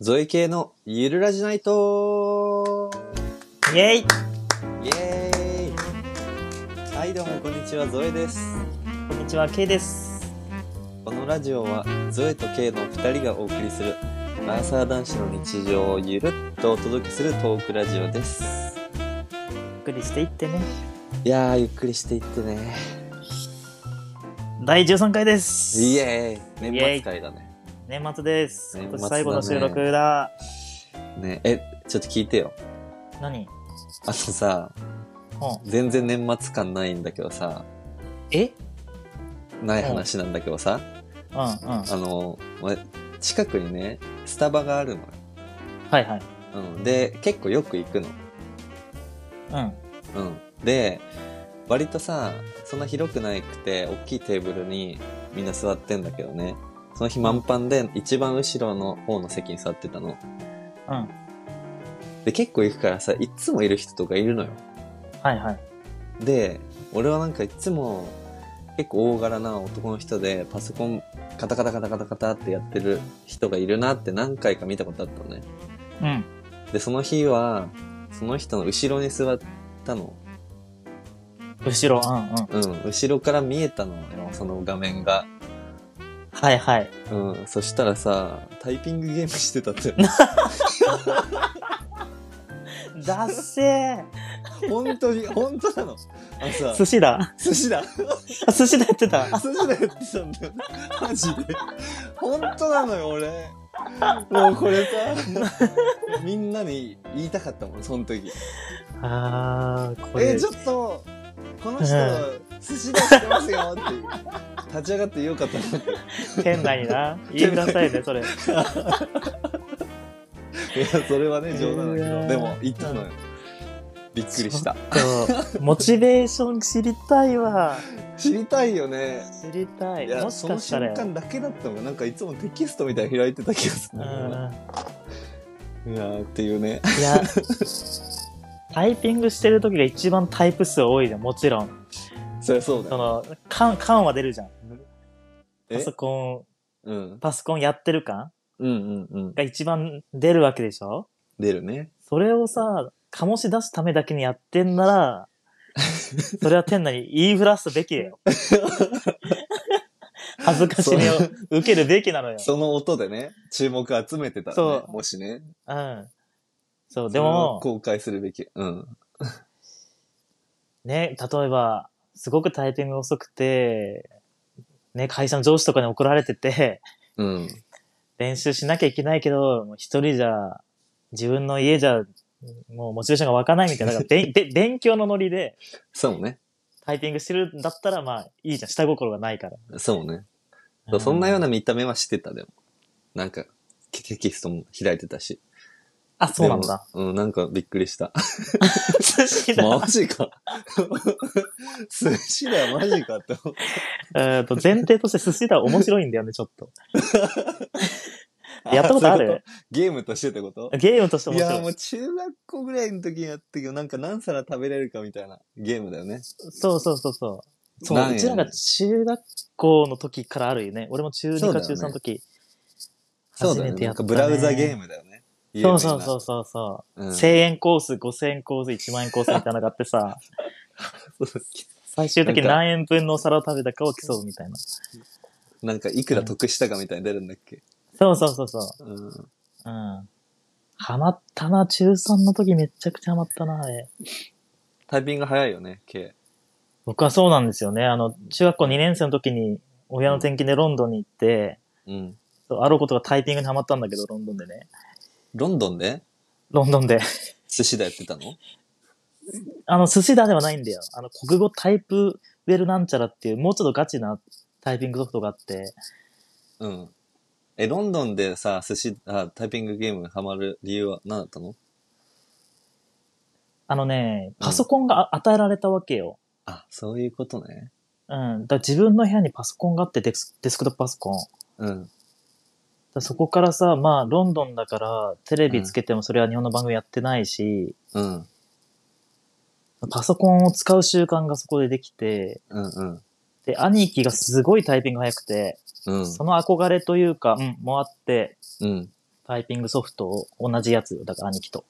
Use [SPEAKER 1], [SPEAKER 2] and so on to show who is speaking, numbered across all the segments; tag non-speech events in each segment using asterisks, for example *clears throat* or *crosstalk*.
[SPEAKER 1] ゾイ系のゆるラジナイト
[SPEAKER 2] イエイ
[SPEAKER 1] イエーイはいどうもこんにちはゾエです
[SPEAKER 2] こんにちは、K です。
[SPEAKER 1] このラジオはゾエと K の2人がお送りするアーサー男子の日常をゆるっとお届けするトークラジオです
[SPEAKER 2] ゆっくりしていってね。
[SPEAKER 1] いやーゆっくりしていってね
[SPEAKER 2] 第13回です。
[SPEAKER 1] イエーイ年末会だね
[SPEAKER 2] 年末です。
[SPEAKER 1] 年
[SPEAKER 2] 今
[SPEAKER 1] 末だね
[SPEAKER 2] 年最後の収録だ。
[SPEAKER 1] ねえちょっと聞いてよ
[SPEAKER 2] 何
[SPEAKER 1] あのさ
[SPEAKER 2] うん。
[SPEAKER 1] 全然年末感ないんだけどさ
[SPEAKER 2] え
[SPEAKER 1] ない話なんだけどさ、
[SPEAKER 2] うんうん。は
[SPEAKER 1] あの俺近くにねスタバがあるのよ
[SPEAKER 2] いはい。
[SPEAKER 1] うん、で結構よく行くの、
[SPEAKER 2] うん。
[SPEAKER 1] うん、で割とさそんな広くないくて大きいテーブルにみんな座ってんだけどねその日満帆で一番後ろの方の席に座ってたの
[SPEAKER 2] うん。
[SPEAKER 1] で結構行くからさいっつもいる人とかいるのよ
[SPEAKER 2] はいはい。
[SPEAKER 1] で俺はなんかいっつも結構大柄な男の人でパソコンカタカタカタカタカタってやってる人がいるなって何回か見たことあったのね
[SPEAKER 2] うん。
[SPEAKER 1] でその日はその人の後ろに座ったの
[SPEAKER 2] 後ろ。うんうん。
[SPEAKER 1] うん、後ろから見えたのよ、その画面が。
[SPEAKER 2] はいはい。
[SPEAKER 1] うん、そしたらさ、タイピングゲームしてたって。
[SPEAKER 2] だっせ
[SPEAKER 1] *laughs* 本当に、本当なの。あの
[SPEAKER 2] ー。
[SPEAKER 1] さ
[SPEAKER 2] 寿、司だ。
[SPEAKER 1] 寿司だ。
[SPEAKER 2] あ寿司だやってた。
[SPEAKER 1] 寿司だやってたんだよ。マジで。本当なのよ、俺。もうこれさ、みんなに言いたかったもん、その時。
[SPEAKER 2] あー、こ
[SPEAKER 1] え
[SPEAKER 2] れ
[SPEAKER 1] ー、ち。ょっと、この人、寿司出してますよっていう。立ち上がってよかったなって。
[SPEAKER 2] 店内にな。言いくださいね、それ。
[SPEAKER 1] いや、それはね、冗談だけ
[SPEAKER 2] う
[SPEAKER 1] ど、
[SPEAKER 2] わ
[SPEAKER 1] でも、言ったのよ。びっくりした。
[SPEAKER 2] そうモチベーション知りたいわ。
[SPEAKER 1] 知りたいよね。
[SPEAKER 2] *laughs* 知りたい。
[SPEAKER 1] いや
[SPEAKER 2] もしかしたらよ。
[SPEAKER 1] その瞬間だけだったのがなんかいつもテキストみたいに開いてた気がするんだよな、
[SPEAKER 2] うん。
[SPEAKER 1] いやーっていう
[SPEAKER 2] *laughs*
[SPEAKER 1] ね
[SPEAKER 2] いや、タイピングしてる時が一番タイプ数多いじゃん、もちろん。
[SPEAKER 1] そりゃそうだ
[SPEAKER 2] そ
[SPEAKER 1] よ
[SPEAKER 2] の、感、感は出るじゃん。パ
[SPEAKER 1] え
[SPEAKER 2] ソコ
[SPEAKER 1] うん
[SPEAKER 2] ン、パソコンやってる感
[SPEAKER 1] うんうんうん
[SPEAKER 2] が一番出るわけでしょ
[SPEAKER 1] 出るね
[SPEAKER 2] それをさ、醸し出すためだけにやってん
[SPEAKER 1] *laughs*
[SPEAKER 2] なら、それは店内に言いふらすべきよ。恥ずかしめを
[SPEAKER 1] そう
[SPEAKER 2] 受けるべきなのよ。
[SPEAKER 1] その音でね注目集めてたらね
[SPEAKER 2] そう
[SPEAKER 1] もしね
[SPEAKER 2] うん。そう、で
[SPEAKER 1] それを
[SPEAKER 2] も、
[SPEAKER 1] 公開するべきうん
[SPEAKER 2] ね、例えば、すごくタイピング遅くて、ね、会社の上司とかに怒られてて、
[SPEAKER 1] うん
[SPEAKER 2] 練習しなきゃいけないけど、もう一人じゃ、自分の家じゃ、もうモチベーションが湧かないみたいな、だからべんべ勉 *laughs* 強のノリで
[SPEAKER 1] そうね
[SPEAKER 2] タイピングしてるんだったら、まあいいじゃん、下心がないから。
[SPEAKER 1] そうね、そうそんなよう
[SPEAKER 2] な。
[SPEAKER 1] な見た目はしてたでもなんかテキストも開いてたし
[SPEAKER 2] あ、そうなんだ。
[SPEAKER 1] でもうんなんかびっくり
[SPEAKER 2] *laughs*
[SPEAKER 1] した
[SPEAKER 2] 寿
[SPEAKER 1] *laughs*
[SPEAKER 2] 司だ。
[SPEAKER 1] マジか寿司だよマジかって思う
[SPEAKER 2] *laughs* えっと、前提として寿司だ面白いんだよね、ちょっと。やったことあ
[SPEAKER 1] そういう
[SPEAKER 2] る
[SPEAKER 1] ゲームとしてってこと
[SPEAKER 2] ゲームとして
[SPEAKER 1] い
[SPEAKER 2] 面
[SPEAKER 1] や、
[SPEAKER 2] 白
[SPEAKER 1] も
[SPEAKER 2] い。
[SPEAKER 1] う中学校ぐらいの時にやったけど、なんか何皿食べれるかみたいなゲームだよね。
[SPEAKER 2] そうそうそうそう。そ
[SPEAKER 1] なんや
[SPEAKER 2] う、
[SPEAKER 1] ね
[SPEAKER 2] うちらが中学校の時からあるよね。俺も中
[SPEAKER 1] そう
[SPEAKER 2] 2
[SPEAKER 1] だ
[SPEAKER 2] か
[SPEAKER 1] よ
[SPEAKER 2] 中
[SPEAKER 1] ね
[SPEAKER 2] 3の時。
[SPEAKER 1] そうだ
[SPEAKER 2] 初
[SPEAKER 1] よ
[SPEAKER 2] めて
[SPEAKER 1] ね。な
[SPEAKER 2] やっ
[SPEAKER 1] ん
[SPEAKER 2] た
[SPEAKER 1] か
[SPEAKER 2] ね
[SPEAKER 1] ブラウザゲームだよね。
[SPEAKER 2] そうそうそううそうそう。
[SPEAKER 1] そう
[SPEAKER 2] 1000円コース、5000円コース、1万円コースみたいなのがあってさ、最終的に何円分のお皿を食べたかを競うみたいな。
[SPEAKER 1] ん。 *laughs* なんかいくら得したかみたいに出るんだっけ。
[SPEAKER 2] そうそうそうそ
[SPEAKER 1] うん。
[SPEAKER 2] う。うん。ハマったな、中3の時めちゃくちゃハマったな、あれ。
[SPEAKER 1] タイピング早いよね、K。
[SPEAKER 2] 僕はそうなんですよね。あの、中学校2年生の時に、親の転勤でロンドンに行って、
[SPEAKER 1] うん。
[SPEAKER 2] そうあろうことがタイピングにハマったんだけど、ロンドンでね。
[SPEAKER 1] ロンドンで
[SPEAKER 2] ロンドンで。 *laughs*
[SPEAKER 1] 寿司だやってたの
[SPEAKER 2] あの、寿司だではないんだよ。あの、国語タイプウェルなんちゃらっていう、もうちょっとガチなタイピングソフトがあって、
[SPEAKER 1] うん。え、ロンドンでさ、寿司、あ、タイピングゲームハマる理由は何だったの
[SPEAKER 2] あのね、パソコンがあ与えられたわけよ。
[SPEAKER 1] あ、そういうことね。
[SPEAKER 2] うん。だから自分の部屋にパソコンがあって、デスデスクトップパソコン。だか
[SPEAKER 1] うん。
[SPEAKER 2] らそこからさ、まあ、ロンドンだから、テレビつけてもそれは日本の番組やってないし、
[SPEAKER 1] うん。
[SPEAKER 2] パソコンを使う習慣がそこでできて、
[SPEAKER 1] うんうん。
[SPEAKER 2] で、兄貴がすごいタイピング早くて、
[SPEAKER 1] うん。
[SPEAKER 2] その憧れというか、うん、もあって、
[SPEAKER 1] うん。
[SPEAKER 2] タイピングソフトを同じやつよ。だから兄貴と。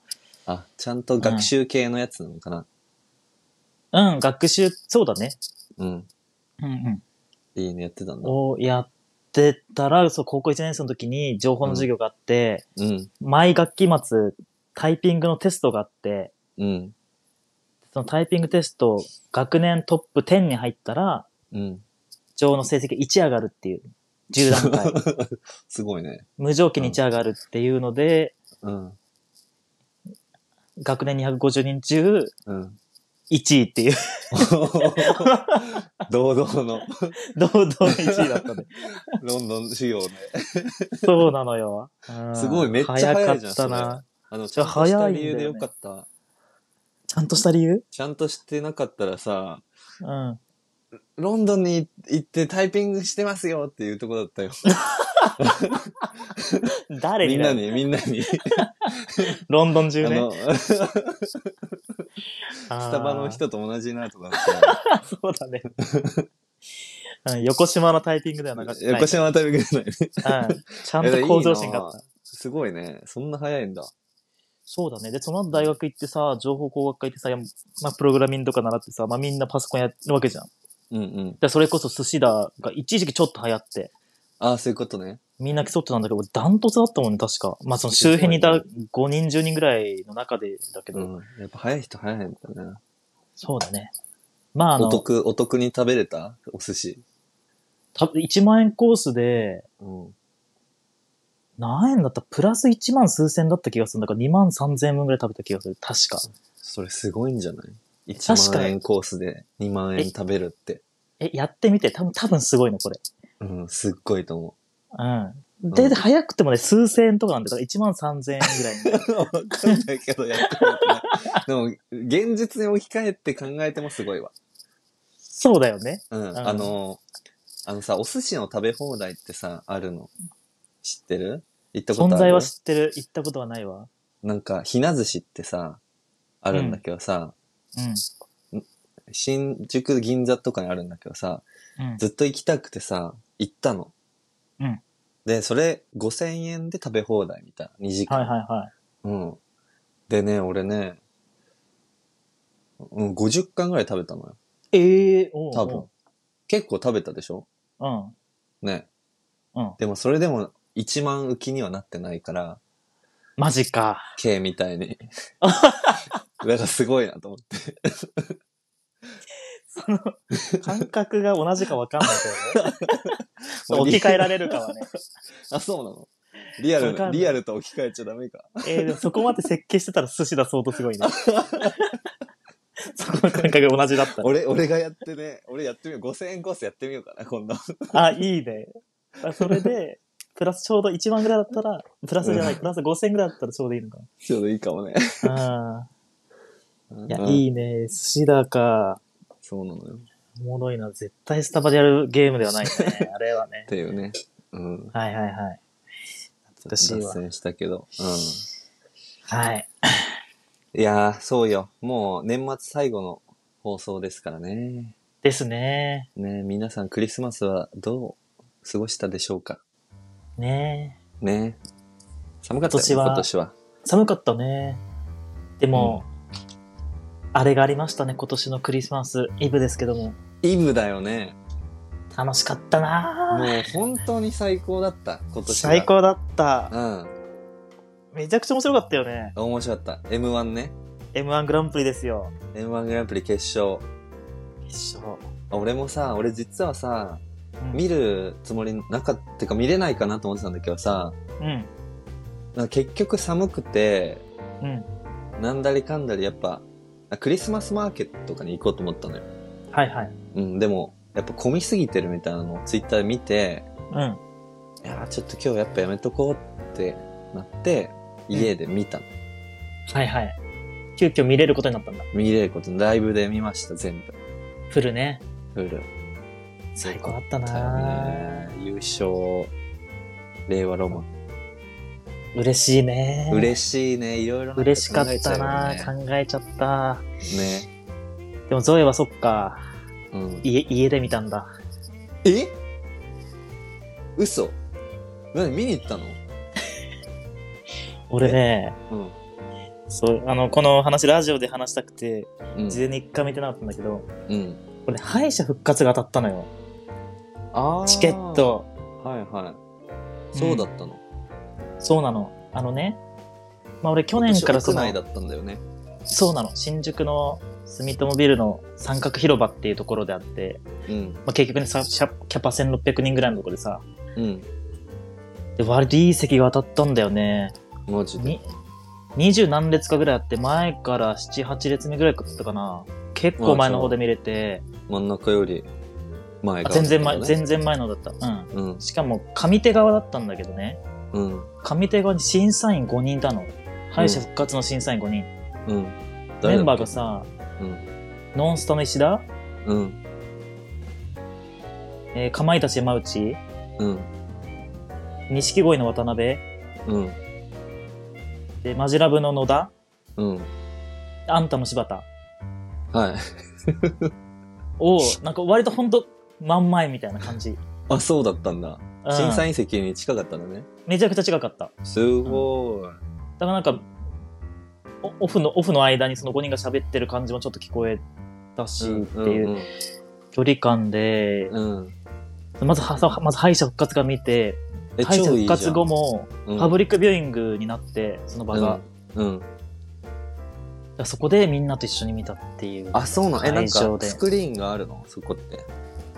[SPEAKER 1] あ、ちゃんと学習系のやつなのかな。
[SPEAKER 2] うん、学習、そうだね。
[SPEAKER 1] うん。
[SPEAKER 2] うんうん。
[SPEAKER 1] いいね、やってたんだ。
[SPEAKER 2] をやってたら、そう、高校1年生の時に情報の授業があって、
[SPEAKER 1] うん。
[SPEAKER 2] 毎学期末、タイピングのテストがあって、
[SPEAKER 1] うん。
[SPEAKER 2] そのタイピングテスト、学年トップ10に入ったら、
[SPEAKER 1] うん。 *laughs*
[SPEAKER 2] 上の成績1上がるっていう、10段階。
[SPEAKER 1] すごいね。
[SPEAKER 2] 無条件に1上がるっていうので、
[SPEAKER 1] うん。
[SPEAKER 2] 学年250人中、
[SPEAKER 1] うん。 *laughs*
[SPEAKER 2] 1位っていう、
[SPEAKER 1] 堂々の
[SPEAKER 2] 堂々1位だったね。
[SPEAKER 1] *laughs* ロンドン仕様で。
[SPEAKER 2] そうなのよ。うん
[SPEAKER 1] すごいめっちゃ早いじゃん
[SPEAKER 2] 早かったな。
[SPEAKER 1] あの、ち
[SPEAKER 2] じ
[SPEAKER 1] ゃ
[SPEAKER 2] ゃ
[SPEAKER 1] ん
[SPEAKER 2] あ
[SPEAKER 1] とした
[SPEAKER 2] 早いんだよね
[SPEAKER 1] 理由でよかった。
[SPEAKER 2] ちゃんとした理由
[SPEAKER 1] ちゃんとしてなかったらさ、
[SPEAKER 2] うん。
[SPEAKER 1] ロンドンに行ってタイピングしてますよっていうとこだったよ。
[SPEAKER 2] 誰
[SPEAKER 1] み
[SPEAKER 2] に
[SPEAKER 1] ん
[SPEAKER 2] だ
[SPEAKER 1] な
[SPEAKER 2] よ
[SPEAKER 1] に、みんなに。
[SPEAKER 2] ロンドン
[SPEAKER 1] あ
[SPEAKER 2] 中ね。
[SPEAKER 1] の、ス
[SPEAKER 2] ス
[SPEAKER 1] タバの。人と同じなとかだった
[SPEAKER 2] そうだね。うん横島のタイピングで *laughs* はなかった。
[SPEAKER 1] よ。横島タイピングじゃない。
[SPEAKER 2] うん。ちゃんと向上心があっ
[SPEAKER 1] いやいいな
[SPEAKER 2] た。
[SPEAKER 1] すごいね。そんな早いんだ。
[SPEAKER 2] そうだね。で、その後大学行ってさ、情報工学科行ってさ、まあ、プログラミングとか習ってさ、まあ、みんなパソコンやるわけじゃん。
[SPEAKER 1] うんうん。
[SPEAKER 2] で、それこそ寿司だが一時期ちょっと流行って、
[SPEAKER 1] ああ、そういうことね。
[SPEAKER 2] みんな競ってたんだけど、ダントツだったもんね、確か。まあ、その周辺にいた5人、10人ぐらいの中でだけど、
[SPEAKER 1] うん。やっぱ早い人早いんだね。
[SPEAKER 2] そうだね。まあ、あ
[SPEAKER 1] お
[SPEAKER 2] の、
[SPEAKER 1] 得、お得に食べれたお寿司。
[SPEAKER 2] た1万円コースで、
[SPEAKER 1] うん。
[SPEAKER 2] 何円だったプラス1万数千だった気がするんだから、2万3千円分ぐらい食べた気がする。確か。
[SPEAKER 1] それすごいんじゃない
[SPEAKER 2] 確
[SPEAKER 1] ?1
[SPEAKER 2] か
[SPEAKER 1] 万
[SPEAKER 2] に
[SPEAKER 1] 円コースで2万円食べるって。
[SPEAKER 2] え、やってみて。多分、多分すごいの、これ。
[SPEAKER 1] うん、すっごいと思う。
[SPEAKER 2] うん。大体早くてもね、数千円とかなんだから、1万3千円ぐらい
[SPEAKER 1] *laughs*
[SPEAKER 2] に。
[SPEAKER 1] わかんないけど、やってもらってない。でも、現実に置き換えて考えてもすごいわ。
[SPEAKER 2] そうだよね。
[SPEAKER 1] うん。
[SPEAKER 2] ん
[SPEAKER 1] あの、あのさ、お寿司の食べ放題ってさ、あるの。知ってる行ったことある
[SPEAKER 2] 存在は知ってる。行ったことはないわ。
[SPEAKER 1] なんか、ひな寿司ってさ、あるんだけどさ、
[SPEAKER 2] うん。
[SPEAKER 1] 新宿銀座とかにあるんだけどさ、
[SPEAKER 2] うん。
[SPEAKER 1] ずっと行きたくてさ、行ったの。
[SPEAKER 2] うん
[SPEAKER 1] で、それ、5000円で食べ放題みたいな。2時間。
[SPEAKER 2] はいはいはい。
[SPEAKER 1] うん。でね、俺ね、うん、50巻ぐらい食べたのよ。
[SPEAKER 2] ええおう
[SPEAKER 1] 多分。結構食べたでしょ
[SPEAKER 2] おう
[SPEAKER 1] ね。
[SPEAKER 2] うん。うん。
[SPEAKER 1] でもそれでも1万浮きにはなってない
[SPEAKER 2] *laughs*
[SPEAKER 1] から、
[SPEAKER 2] マジか。
[SPEAKER 1] K みたいに。だからすごいなと思って。
[SPEAKER 2] その、 *laughs* 感覚が同じかわかんないけどね。そう置き換えられるかはね。
[SPEAKER 1] あ、そうなのリアル
[SPEAKER 2] わかん
[SPEAKER 1] な、
[SPEAKER 2] ない
[SPEAKER 1] リアルと置き換えちゃダメか。
[SPEAKER 2] えー、でもそこまで設計してたら寿司出そうとすごいね。そこの感覚が同じだったら。
[SPEAKER 1] 俺、俺がやってね、俺やってみよう。5000円コースやってみようかな、今度。 *laughs*
[SPEAKER 2] あ、いいね。あそれで、プラスちょうど1万ぐらいだったら、プラスじゃない、プラス5000ぐらいだったらちょうどいいのか
[SPEAKER 1] ちょうどいいかもね。
[SPEAKER 2] な。うん。いや、
[SPEAKER 1] うん
[SPEAKER 2] いいね。寿司だか。
[SPEAKER 1] そうなのよ。っ
[SPEAKER 2] おもろいな。絶対スタバでやるゲームではないね。あれはね。
[SPEAKER 1] ていうね。うん。
[SPEAKER 2] はいはいはい。懐かしい
[SPEAKER 1] 脱
[SPEAKER 2] わ。
[SPEAKER 1] 線したけど。う
[SPEAKER 2] はい。
[SPEAKER 1] ん。いやー、そうよ。もう年末最後の放送ですからね。
[SPEAKER 2] ですね。
[SPEAKER 1] ねえ皆さんクリスマスはどう過ごしたでしょうか
[SPEAKER 2] ね
[SPEAKER 1] ねえ寒かったよね、
[SPEAKER 2] 今年は
[SPEAKER 1] 今年は。
[SPEAKER 2] 寒かったね。でも、あれがありましたね。今年のクリスマスイブですけども。
[SPEAKER 1] イブだよね。
[SPEAKER 2] 楽しかったな
[SPEAKER 1] もう本当に最高だった、今年は。
[SPEAKER 2] 最。高だった。
[SPEAKER 1] うん。
[SPEAKER 2] めちゃくちゃ面白かったよね。
[SPEAKER 1] 面白かった。M1 ね。
[SPEAKER 2] M1 グランプリですよ。
[SPEAKER 1] M1 グランプリ決勝。
[SPEAKER 2] 決勝。
[SPEAKER 1] あ俺もさ、俺実はさ、
[SPEAKER 2] うん
[SPEAKER 1] 見るつもりなかった、てか見れないかなと思ってたんだけどさ、
[SPEAKER 2] うん。
[SPEAKER 1] なんか結局寒くて、
[SPEAKER 2] うん。
[SPEAKER 1] なんだりかんだりやっぱ、あクリスマスマーケットとかに行こうと思ったのよ。
[SPEAKER 2] はいはい。
[SPEAKER 1] うん、でも、やっぱ混みすぎてるみたいなのをツイッターで見て、
[SPEAKER 2] うん。
[SPEAKER 1] いやーちょっと今日やっぱやめとこうってなって家で見たの、
[SPEAKER 2] はいはい。急遽見れることになったんだ。
[SPEAKER 1] 見れることライブで見ました全部
[SPEAKER 2] フルね。
[SPEAKER 1] フル
[SPEAKER 2] 最高だった
[SPEAKER 1] だよね
[SPEAKER 2] な
[SPEAKER 1] 優勝令和ロマン、
[SPEAKER 2] 嬉しいね。
[SPEAKER 1] 嬉しいねいろいろ
[SPEAKER 2] 嬉しかったな
[SPEAKER 1] 考えちゃうよ
[SPEAKER 2] 考えちゃった。
[SPEAKER 1] ねね
[SPEAKER 2] でもゾエはそっか。
[SPEAKER 1] うん、
[SPEAKER 2] 家、家で見たんだ。
[SPEAKER 1] え嘘何見に行ったの
[SPEAKER 2] 俺ね、
[SPEAKER 1] うん。
[SPEAKER 2] そう、あの、この話、ラジオで話したくて、
[SPEAKER 1] うん
[SPEAKER 2] 事前に一回見てなかったんだけど、
[SPEAKER 1] うん。
[SPEAKER 2] これ、敗者復活が当たったのよ。
[SPEAKER 1] あー
[SPEAKER 2] チケッ。ト。
[SPEAKER 1] はいはい。そうだったの。
[SPEAKER 2] そうなの。あのね、まあ俺、去年からそ
[SPEAKER 1] 国
[SPEAKER 2] の
[SPEAKER 1] 内、だったんだよね。
[SPEAKER 2] そうなの。新宿の住友ビルの三角広場っていうところであって、
[SPEAKER 1] うん。
[SPEAKER 2] まあ、結局ねさシャキャパ1600人ぐらいのところでさ、
[SPEAKER 1] うん。
[SPEAKER 2] で割といい席が当たったんだよね。
[SPEAKER 1] マジで。
[SPEAKER 2] に20何列かぐらいあって、前から7、8列目ぐらいだったかな。結構前の方で見れて、
[SPEAKER 1] 真ん中より前
[SPEAKER 2] あ
[SPEAKER 1] が、
[SPEAKER 2] 全然前、。全然前のだった。うん。
[SPEAKER 1] うん。
[SPEAKER 2] しかも、上手側だったんだけどね。
[SPEAKER 1] うん。
[SPEAKER 2] 上手側に審査員5人いたの。敗者復活の審査員5人。
[SPEAKER 1] うん。
[SPEAKER 2] メンバーがさ、
[SPEAKER 1] うん。
[SPEAKER 2] ノンスタの石田、
[SPEAKER 1] うん。
[SPEAKER 2] えー、かまいたち山内、
[SPEAKER 1] うん。
[SPEAKER 2] 錦鯉の渡辺、
[SPEAKER 1] うん。
[SPEAKER 2] で、マジラブの野田、
[SPEAKER 1] うん。
[SPEAKER 2] あんたの柴田
[SPEAKER 1] はい。
[SPEAKER 2] を、
[SPEAKER 1] *laughs*
[SPEAKER 2] なんか割とほんと、真ん前みたいな感じ。
[SPEAKER 1] あ、そうだったんだ。
[SPEAKER 2] うん
[SPEAKER 1] 審査員席に近かったんだね。
[SPEAKER 2] めちゃくちゃ近かった。だか
[SPEAKER 1] すごい。
[SPEAKER 2] らなんか、おオフの、オフの間にその5人が喋ってる感じもちょっと聞こえたし、っていう距離感で、
[SPEAKER 1] うん。うん。
[SPEAKER 2] まずは、さまず敗者復活が見て、
[SPEAKER 1] え、
[SPEAKER 2] 敗者
[SPEAKER 1] 超い
[SPEAKER 2] 復
[SPEAKER 1] いじゃん。
[SPEAKER 2] 活後も、
[SPEAKER 1] うん、
[SPEAKER 2] パブリックビューイングになって、その場が。だか
[SPEAKER 1] うん。うん。
[SPEAKER 2] らそこでみんなと一緒に見たっていう。
[SPEAKER 1] あ、そうなのえ、なん
[SPEAKER 2] 会
[SPEAKER 1] か、
[SPEAKER 2] 場で
[SPEAKER 1] スクリーンがあるのそこって。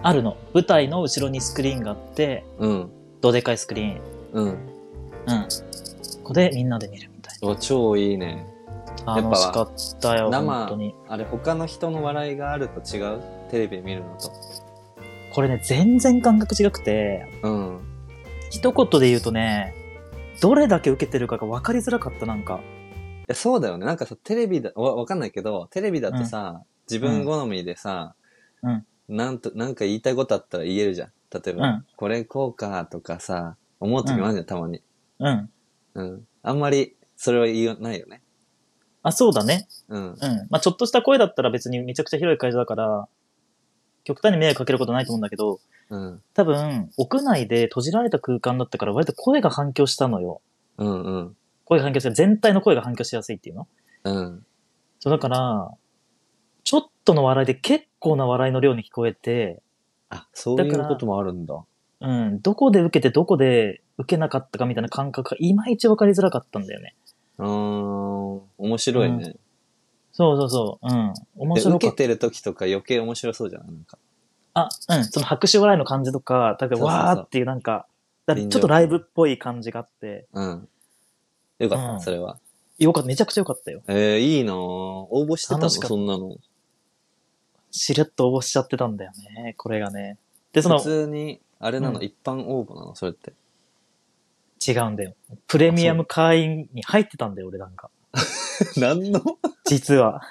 [SPEAKER 2] あるの。舞台の後ろにスクリーンがあって、
[SPEAKER 1] うん。
[SPEAKER 2] どでかいスクリーン。
[SPEAKER 1] うん。
[SPEAKER 2] うん。ここでみんなで見るみたい
[SPEAKER 1] あ超いいね。
[SPEAKER 2] な。
[SPEAKER 1] やっぱ
[SPEAKER 2] 楽しかったよ、
[SPEAKER 1] 生
[SPEAKER 2] 本当に。
[SPEAKER 1] あれ、他の人の笑いがあると違うテレビで見るのと。
[SPEAKER 2] これね、全然感覚違くて、
[SPEAKER 1] うん。
[SPEAKER 2] 一言で言うとね、どれだけ受けてるかが分かりづらかった、なんか。
[SPEAKER 1] えそうだよね。なんかさ、テレビだ、わ、わかんないけど、テレビだってさ、自分好みでさ、
[SPEAKER 2] うん
[SPEAKER 1] なんと、なんか言いたいことあったら言えるじゃん。例えば、
[SPEAKER 2] うん
[SPEAKER 1] これこうかとかさ、思う時もあるじゃん、たまに。
[SPEAKER 2] うん。
[SPEAKER 1] うん。あんまり、それは言わないよね。
[SPEAKER 2] あ、そうだね。
[SPEAKER 1] うん。
[SPEAKER 2] うん。まあ、ちょっとした声だったら別にめちゃくちゃ広い会場だから、極端に迷惑かけることないと思うんだけど、
[SPEAKER 1] うん。
[SPEAKER 2] 多分、屋内で閉じられた空間だったから割と声が反響したのよ。
[SPEAKER 1] うんうん。
[SPEAKER 2] 声が反響した。全体の声が反響しやすいっていうの
[SPEAKER 1] うん。
[SPEAKER 2] そう、だから、ちょっとの笑いで結構な笑いの量に聞こえて、
[SPEAKER 1] あ、そうい
[SPEAKER 2] だか
[SPEAKER 1] う
[SPEAKER 2] ら
[SPEAKER 1] こともあるんだ。
[SPEAKER 2] うん、どこで受けてどこで受けなかったかみたいな感覚がいまいち分かりづらかったんだよね。
[SPEAKER 1] うーん。面白いね。
[SPEAKER 2] そうそうそう、うん。面
[SPEAKER 1] で受
[SPEAKER 2] 白か
[SPEAKER 1] け
[SPEAKER 2] った。
[SPEAKER 1] てる時とか余計面白そうじゃないなんか。
[SPEAKER 2] あ、うん、その拍手笑いの感じとか、だか
[SPEAKER 1] そ
[SPEAKER 2] ら
[SPEAKER 1] うそうそう
[SPEAKER 2] わーっていうなんか、だから
[SPEAKER 1] 臨場
[SPEAKER 2] ちょっとライブっぽい感じがあって、
[SPEAKER 1] うん。よかった、
[SPEAKER 2] うん
[SPEAKER 1] それは。
[SPEAKER 2] よかった、めちゃくちゃよかったよ。
[SPEAKER 1] えー、いいなぁ応募してたの
[SPEAKER 2] 楽しかった
[SPEAKER 1] そんなの。
[SPEAKER 2] しれっと応募しちゃってたんだよね、これがね。で、その
[SPEAKER 1] 普、通に、あれなの、
[SPEAKER 2] うん
[SPEAKER 1] 一般応募なのそれって。
[SPEAKER 2] 違うんだよ。プレミアム会員に入ってたんだよ、俺なんか。
[SPEAKER 1] *laughs* 何の *laughs*
[SPEAKER 2] 実は。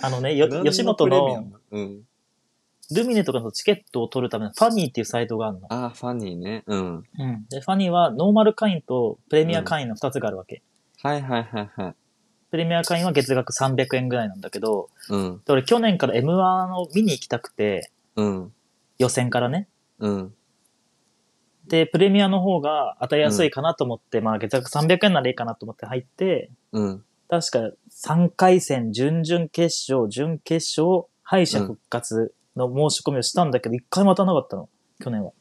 [SPEAKER 2] あのね、よ
[SPEAKER 1] 何
[SPEAKER 2] 吉本
[SPEAKER 1] プレミア
[SPEAKER 2] の
[SPEAKER 1] ムうん。
[SPEAKER 2] ルミネとかのチケットを取るためのファニーっていうサイトがあるの。
[SPEAKER 1] ああ、ファニーね。うん。
[SPEAKER 2] うん。で、ファニーはノーマル会員とプレミア会員の2つがあるわけ。
[SPEAKER 1] はいはいはいはい。
[SPEAKER 2] プレミア会員は月額300円ぐらいなんだけど、
[SPEAKER 1] うん。
[SPEAKER 2] で俺去年から M1 を見に行きたくて、
[SPEAKER 1] うん。
[SPEAKER 2] 予選からね。
[SPEAKER 1] うん。
[SPEAKER 2] で、プレミアの方が当たりやすいかなと思って、まあ月額300円ならいいかなと思って入って、
[SPEAKER 1] うん。
[SPEAKER 2] 確か3回戦、準々決勝、準決勝、敗者復活の申し込みをしたんだけど、一回も当たらなかったの、去年は。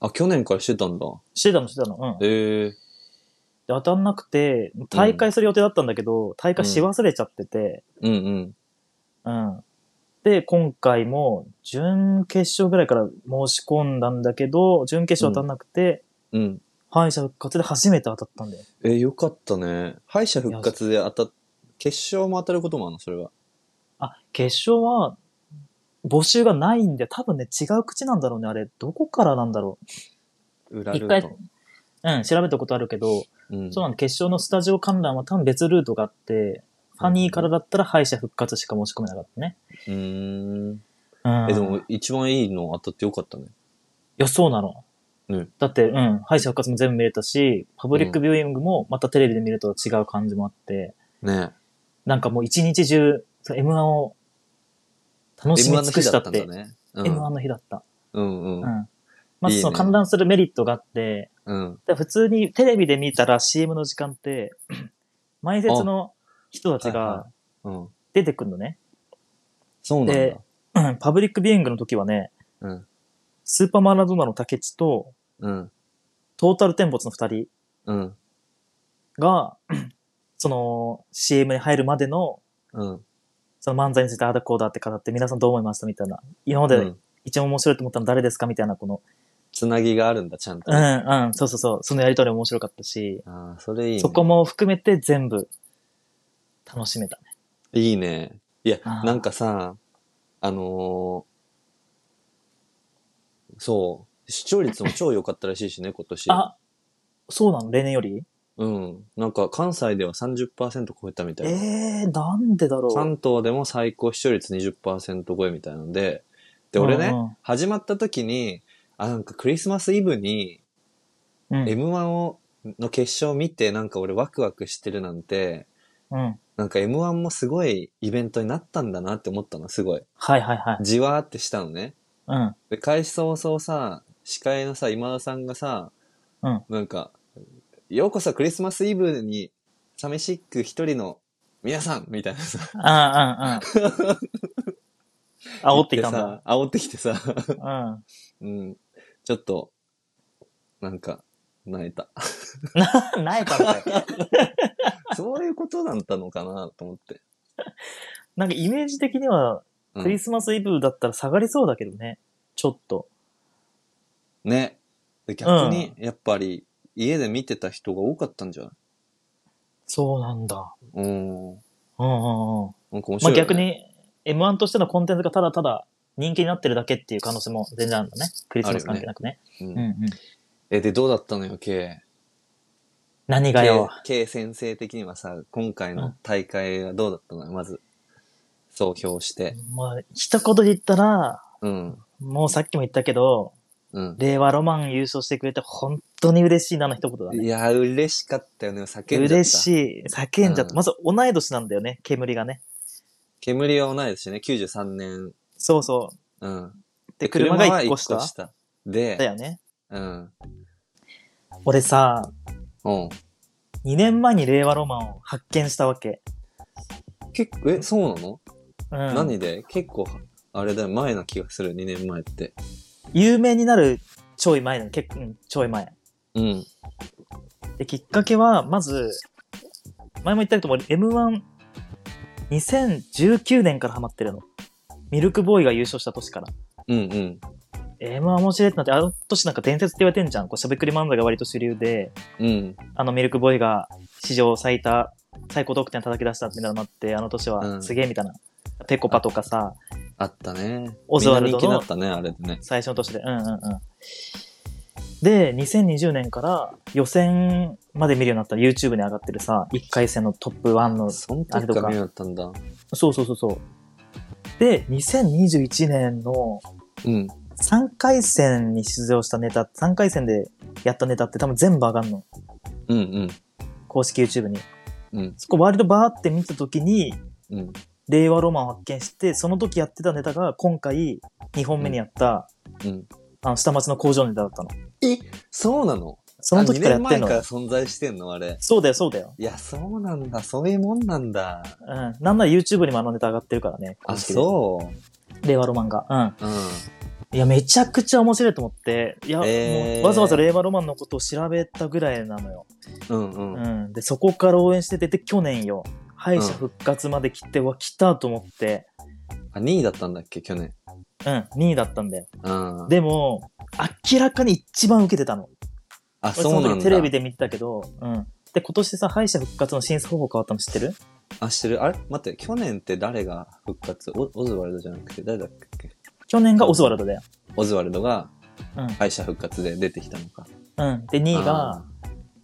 [SPEAKER 1] あ、去年からしてたんだ。
[SPEAKER 2] してたの、してたの。うん。で、
[SPEAKER 1] ええ
[SPEAKER 2] 当たんなくて、大会する予定だったんだけど、大会し忘れちゃってて、
[SPEAKER 1] うんうん。
[SPEAKER 2] うん。で、今回も、準決勝ぐらいから申し込んだんだけど、準決勝当たんなくて、
[SPEAKER 1] うん。
[SPEAKER 2] 敗者復活で初めて当たったんだよ。
[SPEAKER 1] えー、よかったね。敗者復活で当たっ、決勝も当たることもあるのそれは。
[SPEAKER 2] あ、決勝は、募集がないんで、多分ね、違う口なんだろうね、あれ。どこからなんだろう。
[SPEAKER 1] 裏ル
[SPEAKER 2] 一
[SPEAKER 1] ー
[SPEAKER 2] 回
[SPEAKER 1] ト。、
[SPEAKER 2] うん、調べたことあるけど、
[SPEAKER 1] うん。
[SPEAKER 2] そうなの、決勝のスタジオ観覧は多分別ルートがあって、ファニーからだったら敗者復活しか申し込めなかったね。
[SPEAKER 1] うーん。
[SPEAKER 2] うん。
[SPEAKER 1] え、でも、一番いいの当たってよかったね。
[SPEAKER 2] いや、そうなの。
[SPEAKER 1] うん
[SPEAKER 2] だって、うん、敗者復活も全部見れたし、パブリックビューイングもまたテレビで見ると違う感じもあって、
[SPEAKER 1] ね
[SPEAKER 2] なんかもう一日中、その M1 を楽しみ尽くしたって、
[SPEAKER 1] M1 の日だったんだね。
[SPEAKER 2] M1 の日だった。
[SPEAKER 1] うん。うんう
[SPEAKER 2] う
[SPEAKER 1] ん。
[SPEAKER 2] ん。ま
[SPEAKER 1] い
[SPEAKER 2] ずそ
[SPEAKER 1] い
[SPEAKER 2] の
[SPEAKER 1] ね
[SPEAKER 2] 観覧するメリットがあって、
[SPEAKER 1] うん。
[SPEAKER 2] で普通にテレビで見たら CM の時間って、 *clears throat* 前説の人たち
[SPEAKER 1] はいはう
[SPEAKER 2] が
[SPEAKER 1] ん。
[SPEAKER 2] 出てくるのね。 *clears throat*
[SPEAKER 1] そうなんだ
[SPEAKER 2] で。うんパブリックビューイングの時はね、
[SPEAKER 1] うん。
[SPEAKER 2] スーパーマラドーナの竹地と、
[SPEAKER 1] うん。
[SPEAKER 2] トータルテンボツの二人
[SPEAKER 1] うん。
[SPEAKER 2] が、 *clears throat* その CM に入るまでの、
[SPEAKER 1] うん。
[SPEAKER 2] その漫才についてああだこうだって語って皆さんどう思いましたみたいな。今ま
[SPEAKER 1] う
[SPEAKER 2] で
[SPEAKER 1] ん。
[SPEAKER 2] 一番面白いと思ったの誰ですかみたいな、この、
[SPEAKER 1] つなぎがあるんだ、ちゃんと
[SPEAKER 2] う
[SPEAKER 1] ね。
[SPEAKER 2] ん、うん、そうそうそう、そのやりとりも面白かったし、
[SPEAKER 1] ああ、それいいね。
[SPEAKER 2] そこも含めて全部楽しめたね。
[SPEAKER 1] いいね。いや、
[SPEAKER 2] あー
[SPEAKER 1] なんかさ、あのーそう、視聴率も超良かったらしいしね、今年。
[SPEAKER 2] あ、そうなの例年より
[SPEAKER 1] うん。なんか関西では30%超えたみたいな。
[SPEAKER 2] ええー、なんでだろう。
[SPEAKER 1] 関東でも最高視聴率20%超えみたいなので、で、俺ね、
[SPEAKER 2] うん
[SPEAKER 1] 始まった時に、あ、なんかクリスマスイブに
[SPEAKER 2] うん、うん
[SPEAKER 1] M1 を、の決勝見て、なんか俺ワクワクしてるなんて、
[SPEAKER 2] うん。
[SPEAKER 1] なんか M1 もすごいイベントになったんだなって思ったの、すごい。
[SPEAKER 2] はいはいはい。
[SPEAKER 1] じわーってしたのね。
[SPEAKER 2] うん。
[SPEAKER 1] で、開始早々さ、司会のさ、今田さんがさ、
[SPEAKER 2] うん
[SPEAKER 1] なんか、ようこそクリスマスイブに、寂しく一人の皆さんみたいなさ、
[SPEAKER 2] ああ、うん、うん。煽っていたんだ。
[SPEAKER 1] さ、煽ってきてさ、 *laughs*
[SPEAKER 2] うん。
[SPEAKER 1] うん、ちょっと、なんか、泣い
[SPEAKER 2] *laughs*
[SPEAKER 1] た。
[SPEAKER 2] な、ないからか
[SPEAKER 1] *laughs*
[SPEAKER 2] い。
[SPEAKER 1] そういうことだったのかなと思って。
[SPEAKER 2] なんかイメージ的には、
[SPEAKER 1] うん
[SPEAKER 2] クリスマスイブだったら下がりそうだけどね。ちょっと。
[SPEAKER 1] ね。で逆に、やっぱり、家で見てた人が多かったんじゃない
[SPEAKER 2] そうなんだ。
[SPEAKER 1] うん。
[SPEAKER 2] う
[SPEAKER 1] な
[SPEAKER 2] んうんうん。
[SPEAKER 1] んか面
[SPEAKER 2] ま
[SPEAKER 1] 白
[SPEAKER 2] あ
[SPEAKER 1] い、ね。
[SPEAKER 2] 逆。に、M1 としてのコンテンツがただただ人気になってるだけっていう可能性も全然あるんだね。クリスマス関係なくね。
[SPEAKER 1] うん
[SPEAKER 2] うんうん。
[SPEAKER 1] え、で、どうだったのよ、K。
[SPEAKER 2] 何がよ。
[SPEAKER 1] K, K 先生的にはさ、今回の大会はどうだったのよ、まず。総評して。
[SPEAKER 2] まあ、一言で言ったら、
[SPEAKER 1] うん。
[SPEAKER 2] もうさっきも言ったけど、
[SPEAKER 1] うん。
[SPEAKER 2] 令和ロマン優勝してくれて本当に嬉しいなの一言だね。
[SPEAKER 1] いやー、嬉しかったよね。叫んじゃった。
[SPEAKER 2] 嬉
[SPEAKER 1] い。
[SPEAKER 2] しい。叫んじゃっ
[SPEAKER 1] う
[SPEAKER 2] た。
[SPEAKER 1] ん
[SPEAKER 2] まず同い年なんだよね、煙がね。
[SPEAKER 1] 煙は同いですしね、93年。
[SPEAKER 2] そうそ
[SPEAKER 1] うん。
[SPEAKER 2] う。で、車が
[SPEAKER 1] 一
[SPEAKER 2] 一個下だ
[SPEAKER 1] で、
[SPEAKER 2] よね。
[SPEAKER 1] うん。
[SPEAKER 2] 俺さ、
[SPEAKER 1] うん。
[SPEAKER 2] 2年前に令和ロマンを発見したわけ。
[SPEAKER 1] 結構、え、そうなの、
[SPEAKER 2] うん。
[SPEAKER 1] 何で結構、あれだよ、前な気がする、2年前って。
[SPEAKER 2] 有名になるちょい前なの、結構、うんちょい前。
[SPEAKER 1] うん。
[SPEAKER 2] で、きっかけは、まず、前も言ったけども、M1、2019年からハマってるの。ミルクボーイが優勝した年から。
[SPEAKER 1] うんうん。
[SPEAKER 2] M1 面白いってなって、あの年なんか伝説って言われてんじゃん。こう、しゃべくり漫才が割と主流で、
[SPEAKER 1] うん。
[SPEAKER 2] あのミルクボーイが史上最多、最高得点叩き出したみたいなのもあって、あの年
[SPEAKER 1] う
[SPEAKER 2] は
[SPEAKER 1] ん
[SPEAKER 2] すげえみたいな。ペコパとかさ、
[SPEAKER 1] あったね。
[SPEAKER 2] オズワルドの
[SPEAKER 1] みんな人気だったね、あれでね。
[SPEAKER 2] 最初の年で。うんうんうん。で、2020年から予選まで見るようになった YouTube に上がってるさ、1回戦のトップ1の
[SPEAKER 1] そん時から見なかったんだ。
[SPEAKER 2] そうそうそうそう。で、2021年の
[SPEAKER 1] うん。
[SPEAKER 2] 3回戦に出場したネタ、3回戦でやったネタって多分全部上がんの。
[SPEAKER 1] うんうん。
[SPEAKER 2] 公式 YouTube に。
[SPEAKER 1] うん。
[SPEAKER 2] そこ割とバーって見た時に、
[SPEAKER 1] うん。
[SPEAKER 2] 令和ロマンを発見して、その時やってたネタが今回2本目にやった、
[SPEAKER 1] うん。
[SPEAKER 2] あの、下町の工場ネタだったの。
[SPEAKER 1] え、そうなの
[SPEAKER 2] その時からやってん
[SPEAKER 1] あ二年前から
[SPEAKER 2] の。
[SPEAKER 1] 存在してんのあれ。
[SPEAKER 2] そうだよ、そうだよ。
[SPEAKER 1] いや、そうなんだ。そういうもんなんだ。
[SPEAKER 2] うん。なんなら YouTube にもあのネタ上がってるからね。
[SPEAKER 1] あ、
[SPEAKER 2] 公式で
[SPEAKER 1] そ
[SPEAKER 2] 令和ロマンが。うん。
[SPEAKER 1] う。うん。
[SPEAKER 2] いや、めちゃくちゃ面白いと思って、いや、
[SPEAKER 1] えー
[SPEAKER 2] もうわざわざ令和ロマンのことを調べたぐらいなのよ。
[SPEAKER 1] うんうん。うん
[SPEAKER 2] うん、でそこから応援しててで去年よ敗者復活まで来て、は来たと思って、
[SPEAKER 1] あ、2位だったんだっけ、去年。
[SPEAKER 2] うん、2位だったんだよ
[SPEAKER 1] うん。
[SPEAKER 2] でも明らかに一番受けてたの
[SPEAKER 1] あ、
[SPEAKER 2] 俺
[SPEAKER 1] そう
[SPEAKER 2] そ
[SPEAKER 1] な
[SPEAKER 2] の
[SPEAKER 1] んだ。
[SPEAKER 2] 時テレビ。で見てたけど、うん、で今年さ敗者復活の審査方法変わったの知ってる
[SPEAKER 1] あ、してる。あれ待って、去年って誰が復活オオズワルドじゃなくて、誰だっけ
[SPEAKER 2] 去年がオズワルドだよ、
[SPEAKER 1] オズワルドが
[SPEAKER 2] うん
[SPEAKER 1] 敗者復活で出てきたのか。
[SPEAKER 2] うん、で2位が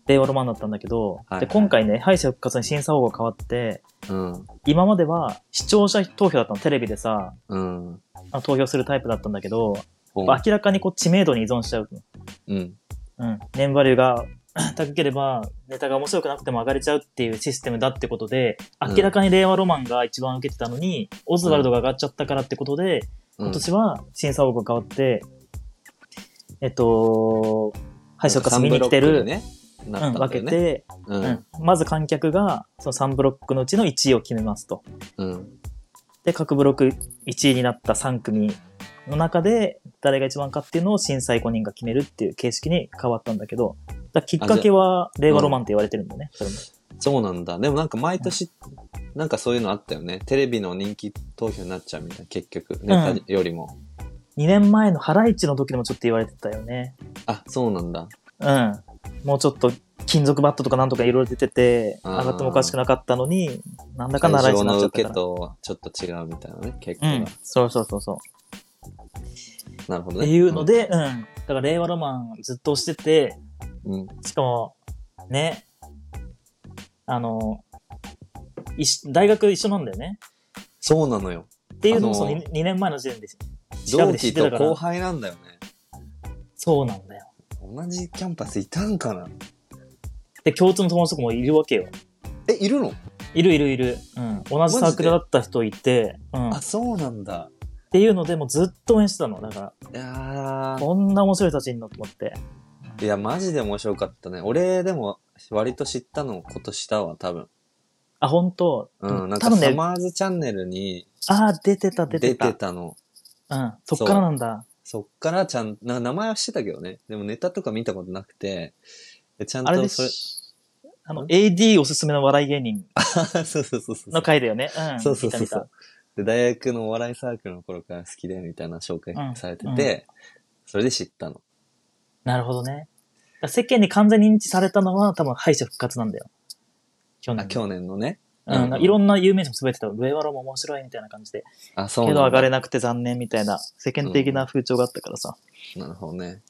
[SPEAKER 2] 令和ロマンだったんだけど、
[SPEAKER 1] はい
[SPEAKER 2] で今回ね敗者復活の審査方法変わって
[SPEAKER 1] あー。
[SPEAKER 2] 今までは視聴者投票だったのテレビでさ
[SPEAKER 1] うん。うん。
[SPEAKER 2] あの投票するタイプだったんだけど
[SPEAKER 1] ほ
[SPEAKER 2] 明らかにこう知名度に依存しちゃうの
[SPEAKER 1] うん。
[SPEAKER 2] うん、年バリューが *coughs* 高ければネタが面白くなくても上がれちゃうっていうシステムだってことで
[SPEAKER 1] うん
[SPEAKER 2] 明らかに令和ロマンが一番受けてたのに、オズワルドが上がっちゃったからってことで、
[SPEAKER 1] うん
[SPEAKER 2] 今年は審査方法が変わってえっと敗者復活見に来て
[SPEAKER 1] なんか三ブロックに
[SPEAKER 2] る、
[SPEAKER 1] ね、
[SPEAKER 2] う、
[SPEAKER 1] なんったん
[SPEAKER 2] 分
[SPEAKER 1] だ
[SPEAKER 2] け
[SPEAKER 1] よね。
[SPEAKER 2] て、
[SPEAKER 1] う
[SPEAKER 2] うん
[SPEAKER 1] ん。
[SPEAKER 2] まず観客がその3ブロックのうちの1位を決めますと。
[SPEAKER 1] うん。
[SPEAKER 2] で、各ブロック1位になった3組の中で、誰が一番かっていうのを審査員5人が決めるっていう形式に変わったんだけど、だからきっかけは令和ロマンって言われてるんだよね、それも。
[SPEAKER 1] そうなんだ。でもなんか毎年、なんかそういうのあったよね。テレビの人気投票になっちゃうみたいな、結局。ネタよりも。
[SPEAKER 2] 2年前のハライチの時でもちょっと言われてたよね。
[SPEAKER 1] あ、そうなんだ。
[SPEAKER 2] うん。もうちょっと金属バットとかなんとかいろいろ出てて、
[SPEAKER 1] あー
[SPEAKER 2] 上がってもおかしくなかったのに、なんだかんだハラ
[SPEAKER 1] 会
[SPEAKER 2] イチ
[SPEAKER 1] 場
[SPEAKER 2] にな
[SPEAKER 1] の
[SPEAKER 2] っちゃっ
[SPEAKER 1] 受
[SPEAKER 2] た
[SPEAKER 1] け
[SPEAKER 2] から。
[SPEAKER 1] とはちょっと違うみたいなね、結
[SPEAKER 2] う
[SPEAKER 1] 果が。
[SPEAKER 2] ん。そうそうそうそう。
[SPEAKER 1] なるほど
[SPEAKER 2] っ
[SPEAKER 1] ね。
[SPEAKER 2] ていうので、うん。だから令和ロマンずっとしてて、
[SPEAKER 1] うん、うん。
[SPEAKER 2] しかも、ね、あの、いし大学一緒なんだよね。
[SPEAKER 1] そうなのよ。
[SPEAKER 2] っていうのも
[SPEAKER 1] あの
[SPEAKER 2] その 2, 年前の時点で近く
[SPEAKER 1] 同
[SPEAKER 2] で知っ
[SPEAKER 1] 期
[SPEAKER 2] てた
[SPEAKER 1] と
[SPEAKER 2] から
[SPEAKER 1] 後輩なんだよね。
[SPEAKER 2] そうなんだよ。
[SPEAKER 1] 同じキャンパスいたんかな
[SPEAKER 2] で、共通の友達とかもいるわけよ。
[SPEAKER 1] え、いるの、
[SPEAKER 2] いるいるいる。うん。同じサークルだった人いて、うん。っ
[SPEAKER 1] あ、そうなんだ。
[SPEAKER 2] ていうので、もうずっと応援してたの。だか
[SPEAKER 1] いや
[SPEAKER 2] ら、
[SPEAKER 1] ー
[SPEAKER 2] こんな面白い人たちいるのと思って。
[SPEAKER 1] いや、マジで面白かったね。俺、でも、割と知ったの今年だわ、多分。
[SPEAKER 2] あ、本当
[SPEAKER 1] うん、なん
[SPEAKER 2] 多
[SPEAKER 1] か、
[SPEAKER 2] 分
[SPEAKER 1] サ
[SPEAKER 2] ね、
[SPEAKER 1] マーズチャンネルに
[SPEAKER 2] あー、出てた、出
[SPEAKER 1] 出
[SPEAKER 2] て
[SPEAKER 1] て
[SPEAKER 2] た。
[SPEAKER 1] たの。
[SPEAKER 2] うん。そっからなんだ。
[SPEAKER 1] そっからちゃん、な名前は知ってたけどね。でもネタとか見たことなくて、でちゃん
[SPEAKER 2] あれ
[SPEAKER 1] と
[SPEAKER 2] で
[SPEAKER 1] それ、
[SPEAKER 2] す。あの、AD おすすめの笑い芸人
[SPEAKER 1] そうそうそうそう。
[SPEAKER 2] の回だよね。う
[SPEAKER 1] *laughs*
[SPEAKER 2] ん。
[SPEAKER 1] そうそうそう
[SPEAKER 2] 見た
[SPEAKER 1] そ
[SPEAKER 2] 見
[SPEAKER 1] う。で、大学のお笑いサークルの頃から好きで、みたいな紹介
[SPEAKER 2] うん
[SPEAKER 1] されてて、
[SPEAKER 2] うん
[SPEAKER 1] それで知ったの。
[SPEAKER 2] たなるほどね。だから世間に完全に認知されたのは多分敗者復活なんだよ。去
[SPEAKER 1] あ、
[SPEAKER 2] 年。
[SPEAKER 1] 去年のね。
[SPEAKER 2] うん、
[SPEAKER 1] うん
[SPEAKER 2] いろんな有名人も滑ってた。上ワロも面白いみたいな感じで。
[SPEAKER 1] あ、そうな
[SPEAKER 2] け
[SPEAKER 1] ん
[SPEAKER 2] ど
[SPEAKER 1] だ
[SPEAKER 2] 上がれなくて残念みたいな、世間的な風潮があったからさ。
[SPEAKER 1] なるほどね。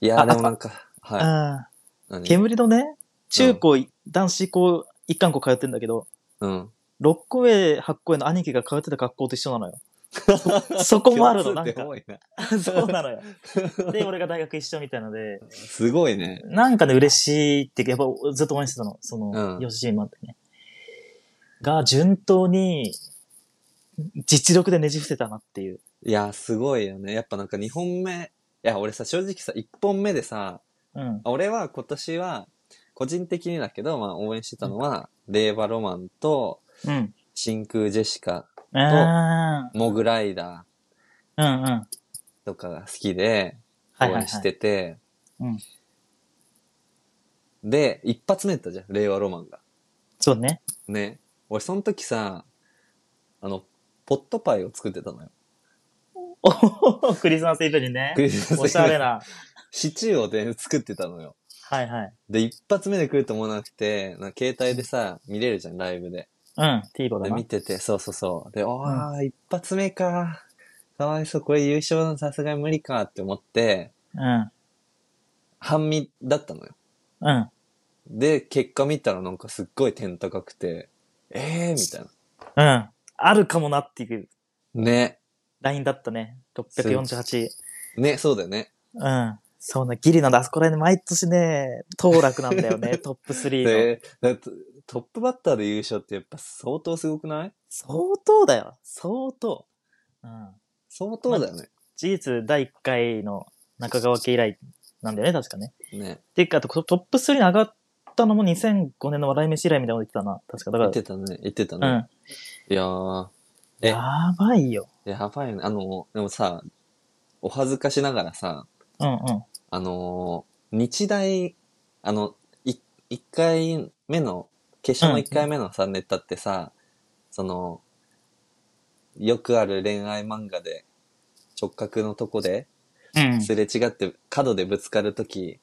[SPEAKER 1] いやー、
[SPEAKER 2] あ
[SPEAKER 1] でもなんか、は
[SPEAKER 2] ああ
[SPEAKER 1] い。何
[SPEAKER 2] 煙のね、中高、男子校、一貫校通ってんだけど、
[SPEAKER 1] うん。
[SPEAKER 2] 6個上、8個上の兄貴が通ってた学校と一緒
[SPEAKER 1] *laughs*
[SPEAKER 2] なのよ。そこもあるの、
[SPEAKER 1] な
[SPEAKER 2] なんん
[SPEAKER 1] か
[SPEAKER 2] か。。
[SPEAKER 1] 多
[SPEAKER 2] そうなのよ。で、俺が大学一緒みたいので、
[SPEAKER 1] すごいね。
[SPEAKER 2] なんかね、嬉しいって、やっぱずっと応援してたの。その、
[SPEAKER 1] うん
[SPEAKER 2] ヨシジンマンってね。が、順当に、実力でねじ伏せたなっていう。
[SPEAKER 1] いやー、すごいよね。やっぱなんか2本目。いや、俺さ、正直さ、1本目でさ、
[SPEAKER 2] うん。
[SPEAKER 1] 俺は今年は、個人的にだけど、まあ応援してたのは、令和ロマンと、
[SPEAKER 2] うん。
[SPEAKER 1] 真空ジェシカ、
[SPEAKER 2] ああ。
[SPEAKER 1] モグライダ
[SPEAKER 2] うんうん。
[SPEAKER 1] ーとかが好きで、応
[SPEAKER 2] はいはい、は
[SPEAKER 1] 援
[SPEAKER 2] い。
[SPEAKER 1] してて、
[SPEAKER 2] うん
[SPEAKER 1] で、一発目だったじゃん、令和ロマンが。
[SPEAKER 2] そうね。 *laughs*
[SPEAKER 1] ね。俺、その時さ、あの、ポットパイを作ってたのよ。
[SPEAKER 2] おほほクリスマスイブにね
[SPEAKER 1] ク。リスマスイブ
[SPEAKER 2] おしゃれな。
[SPEAKER 1] シチューをで作ってたのよ。
[SPEAKER 2] はいはい。
[SPEAKER 1] で、一発目で来ると思わなくて、なんか携帯でさ、見れるじゃん、ライブで。
[SPEAKER 2] うん。ティーボだ
[SPEAKER 1] で、
[SPEAKER 2] な
[SPEAKER 1] 見。てて、そうそうそう。で、ああ、一発目か。かわいそう、これ優勝のさすがに無理かって思って、
[SPEAKER 2] うん。
[SPEAKER 1] 半身だったのよ。
[SPEAKER 2] うん。
[SPEAKER 1] で、結果見たらなんかすっごい点高くて、ええー、みたいな。
[SPEAKER 2] うん。あるかもなっていう
[SPEAKER 1] ね。
[SPEAKER 2] ラインだったね。648。
[SPEAKER 1] ね、そうだよね。
[SPEAKER 2] うん。そうな、ギリなんだ。あそこら辺毎年ね、当落なんだよ
[SPEAKER 1] *laughs*
[SPEAKER 2] ね。トップ3の。
[SPEAKER 1] で、だってトップバッターで優勝ってやっぱ相当すごくない
[SPEAKER 2] 相当だよ。相当。うん。
[SPEAKER 1] 相当だよね。
[SPEAKER 2] 事実、第1回の中川家以来なんだよね、確かね。
[SPEAKER 1] ね。
[SPEAKER 2] ていうか、あとトップ3に上がったのも2005年の笑い飯以来みたいなこと言ってたな。確か。だ
[SPEAKER 1] 言っ
[SPEAKER 2] か
[SPEAKER 1] てたね。言ってた
[SPEAKER 2] ら、
[SPEAKER 1] ね。いやー、
[SPEAKER 2] うん。
[SPEAKER 1] え
[SPEAKER 2] やばいよ。
[SPEAKER 1] やばいよね。あの、でもさ、お恥ずかしながらさ、
[SPEAKER 2] うんうん。
[SPEAKER 1] あのー日大、あの、い一回目の、決勝の一回目のさ、ネタってさ、その、よくある恋愛漫画で、直角のとこで、
[SPEAKER 2] うん
[SPEAKER 1] すれ違って角でぶつかるとき、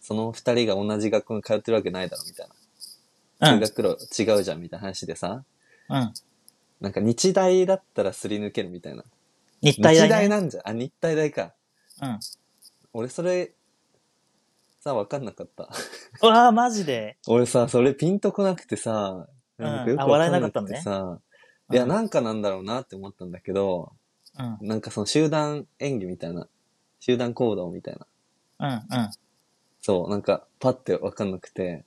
[SPEAKER 1] その二人が同じ学校に通ってるわけないだろ、みたいな。
[SPEAKER 2] う
[SPEAKER 1] 通
[SPEAKER 2] ん。
[SPEAKER 1] 学路違うじゃん、みたいな話でさ、
[SPEAKER 2] うん。
[SPEAKER 1] なんか日大だったらすり抜けるみたいな。
[SPEAKER 2] 日
[SPEAKER 1] 日
[SPEAKER 2] 体大、ね。
[SPEAKER 1] 大なんじゃ、あ、日体大か。
[SPEAKER 2] うん。
[SPEAKER 1] 俺それ、さ、わかんなかった。
[SPEAKER 2] うわー、マジで。
[SPEAKER 1] 俺さ、それピンとこなくてさ、
[SPEAKER 2] うん
[SPEAKER 1] なんかよく
[SPEAKER 2] あ
[SPEAKER 1] わ
[SPEAKER 2] 笑
[SPEAKER 1] か
[SPEAKER 2] え
[SPEAKER 1] ん
[SPEAKER 2] な
[SPEAKER 1] な
[SPEAKER 2] かっ
[SPEAKER 1] く
[SPEAKER 2] たの
[SPEAKER 1] て
[SPEAKER 2] ね
[SPEAKER 1] さ、いや、
[SPEAKER 2] うん
[SPEAKER 1] なんかなんだろうなって思ったんだけど、
[SPEAKER 2] うん。うん。
[SPEAKER 1] なんかその集団演技みたいな、集団行動みたいな。
[SPEAKER 2] うん。
[SPEAKER 1] そう、なんか、パってわかんなくて、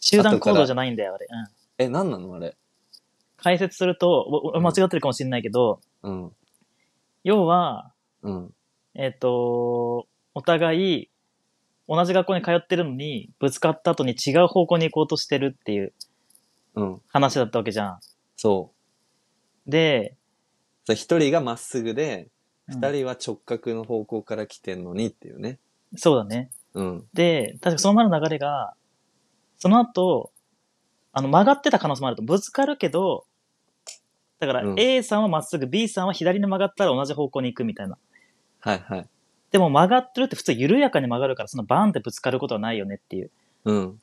[SPEAKER 2] 集団行動じゃないんだよ、あれ。うん。
[SPEAKER 1] え、なんなのあれ。
[SPEAKER 2] 解説すると、おお間違ってるかもしれないけど、
[SPEAKER 1] うん、
[SPEAKER 2] 要は、
[SPEAKER 1] うん、
[SPEAKER 2] えっ、と、お互い、同じ学校に通ってるのに、ぶつかった後に違う方向に行こうとしてるっていう
[SPEAKER 1] うん。
[SPEAKER 2] 話だったわけじゃん。
[SPEAKER 1] そう。
[SPEAKER 2] で、
[SPEAKER 1] そう一人がまっすぐで、
[SPEAKER 2] うん
[SPEAKER 1] 二人は直角の方向から来てんのにっていうね。
[SPEAKER 2] そうだね。
[SPEAKER 1] うん。
[SPEAKER 2] で、確かその前の流れが、その後、あの曲がってた可能性もあると。ぶつかるけど、だから
[SPEAKER 1] うん
[SPEAKER 2] A さんはまっすぐ、B さんは左に曲がったら同じ方向に行くみたいな。
[SPEAKER 1] はいはい。
[SPEAKER 2] でも曲がってるって普通緩やかに曲がるから、そのバーンってぶつかることはないよねっていう
[SPEAKER 1] うん。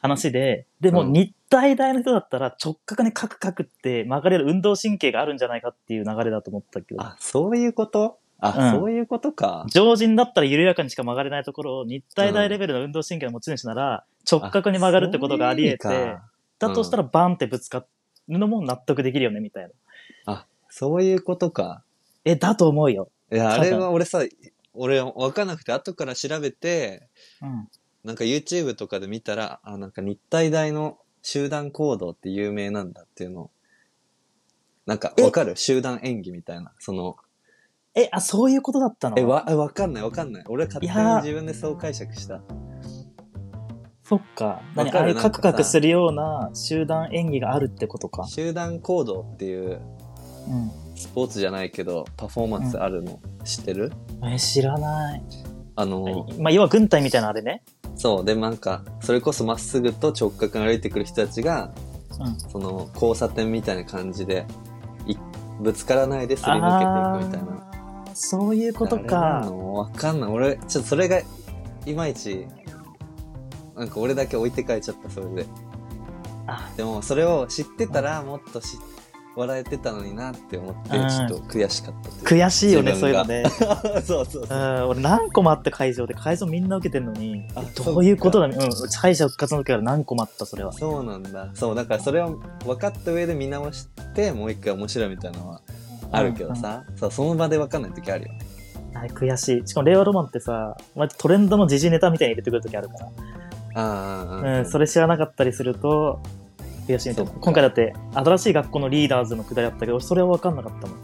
[SPEAKER 2] 話で、でも
[SPEAKER 1] うん
[SPEAKER 2] 日体大の人だったら直角にカクカクって曲がれる運動神経があるんじゃないかっていう流れだと思ったけど、
[SPEAKER 1] あ、そういうことあ、
[SPEAKER 2] うん
[SPEAKER 1] そういうことか。
[SPEAKER 2] 常人だったら緩やかにしか曲がれないところを日体大レベルの運動神経の持ち主なら直角に曲がるってことがあり得
[SPEAKER 1] そういう意
[SPEAKER 2] て
[SPEAKER 1] 味、か
[SPEAKER 2] だとしたらバンってぶつかるのも納得できるよね、みたいな。
[SPEAKER 1] そういうことか。
[SPEAKER 2] え、だと思うよ。
[SPEAKER 1] いや、あ
[SPEAKER 2] ただ
[SPEAKER 1] れは俺さ、俺分かんなくて後から調べて、
[SPEAKER 2] うん。
[SPEAKER 1] なんか YouTube とかで見たら、あ、なんか日体大の集団行動って有名なんだっていうのをなんか分かる集団演技みたいな。その、
[SPEAKER 2] え、あ、そういうことだった
[SPEAKER 1] え、
[SPEAKER 2] の
[SPEAKER 1] わ、えわかんないわかんない。俺は勝手
[SPEAKER 2] い
[SPEAKER 1] に
[SPEAKER 2] や
[SPEAKER 1] 自分でそう解釈した。
[SPEAKER 2] そっか。何
[SPEAKER 1] わか
[SPEAKER 2] あ
[SPEAKER 1] る
[SPEAKER 2] あいう
[SPEAKER 1] なんか
[SPEAKER 2] カ
[SPEAKER 1] さ
[SPEAKER 2] クカクするような集団演技があるってことか。
[SPEAKER 1] 集団行動っていう
[SPEAKER 2] う
[SPEAKER 1] スポーツじゃないけど、パフォーマンスあるの知ってる
[SPEAKER 2] ん。え、知らない。
[SPEAKER 1] あの、
[SPEAKER 2] まあ、要は軍隊みたいなあれね。
[SPEAKER 1] そう。で、なんか、それこそまっすぐと直角に歩いてくる人たちが、
[SPEAKER 2] うん。
[SPEAKER 1] その交差点みたいな感じでいぶつからないですり抜けていくみたいな
[SPEAKER 2] あーそういうこと
[SPEAKER 1] あれな
[SPEAKER 2] か。
[SPEAKER 1] のわかんない俺ちょっとそれがいまいちなんか俺だけ置いてかれちゃったそれで
[SPEAKER 2] あ
[SPEAKER 1] でもそれを知ってたらもっとし笑えてたのになって思ってち
[SPEAKER 2] う
[SPEAKER 1] ょ
[SPEAKER 2] ん
[SPEAKER 1] っと悔しかったという
[SPEAKER 2] 悔しいよね、
[SPEAKER 1] 自
[SPEAKER 2] そうい
[SPEAKER 1] 分
[SPEAKER 2] うの
[SPEAKER 1] が
[SPEAKER 2] ね。
[SPEAKER 1] か *laughs* そうそう
[SPEAKER 2] う、
[SPEAKER 1] そうん
[SPEAKER 2] 俺何個もあって会場で、会場みんな受けてんのに
[SPEAKER 1] あ、
[SPEAKER 2] どういうことだね。うん、敗者復活の時から何個もあった、それは。
[SPEAKER 1] そうなんだそうだからそれを分かった上で見直してもう一回面白いみたいなのはあるけどさ、そうその場で分かんない時あるよね
[SPEAKER 2] あれ悔しい。しかも令和ロマンってさ、割とトレンドの時事ネタみたいに入れてくるときあるか
[SPEAKER 1] ああ
[SPEAKER 2] ら、うん、それ知らなかったりすると、悔しいみたいな。
[SPEAKER 1] そう
[SPEAKER 2] 今回だって、新しい学校のリーダーズのくだりあったけど、俺それは分かんなかったもん。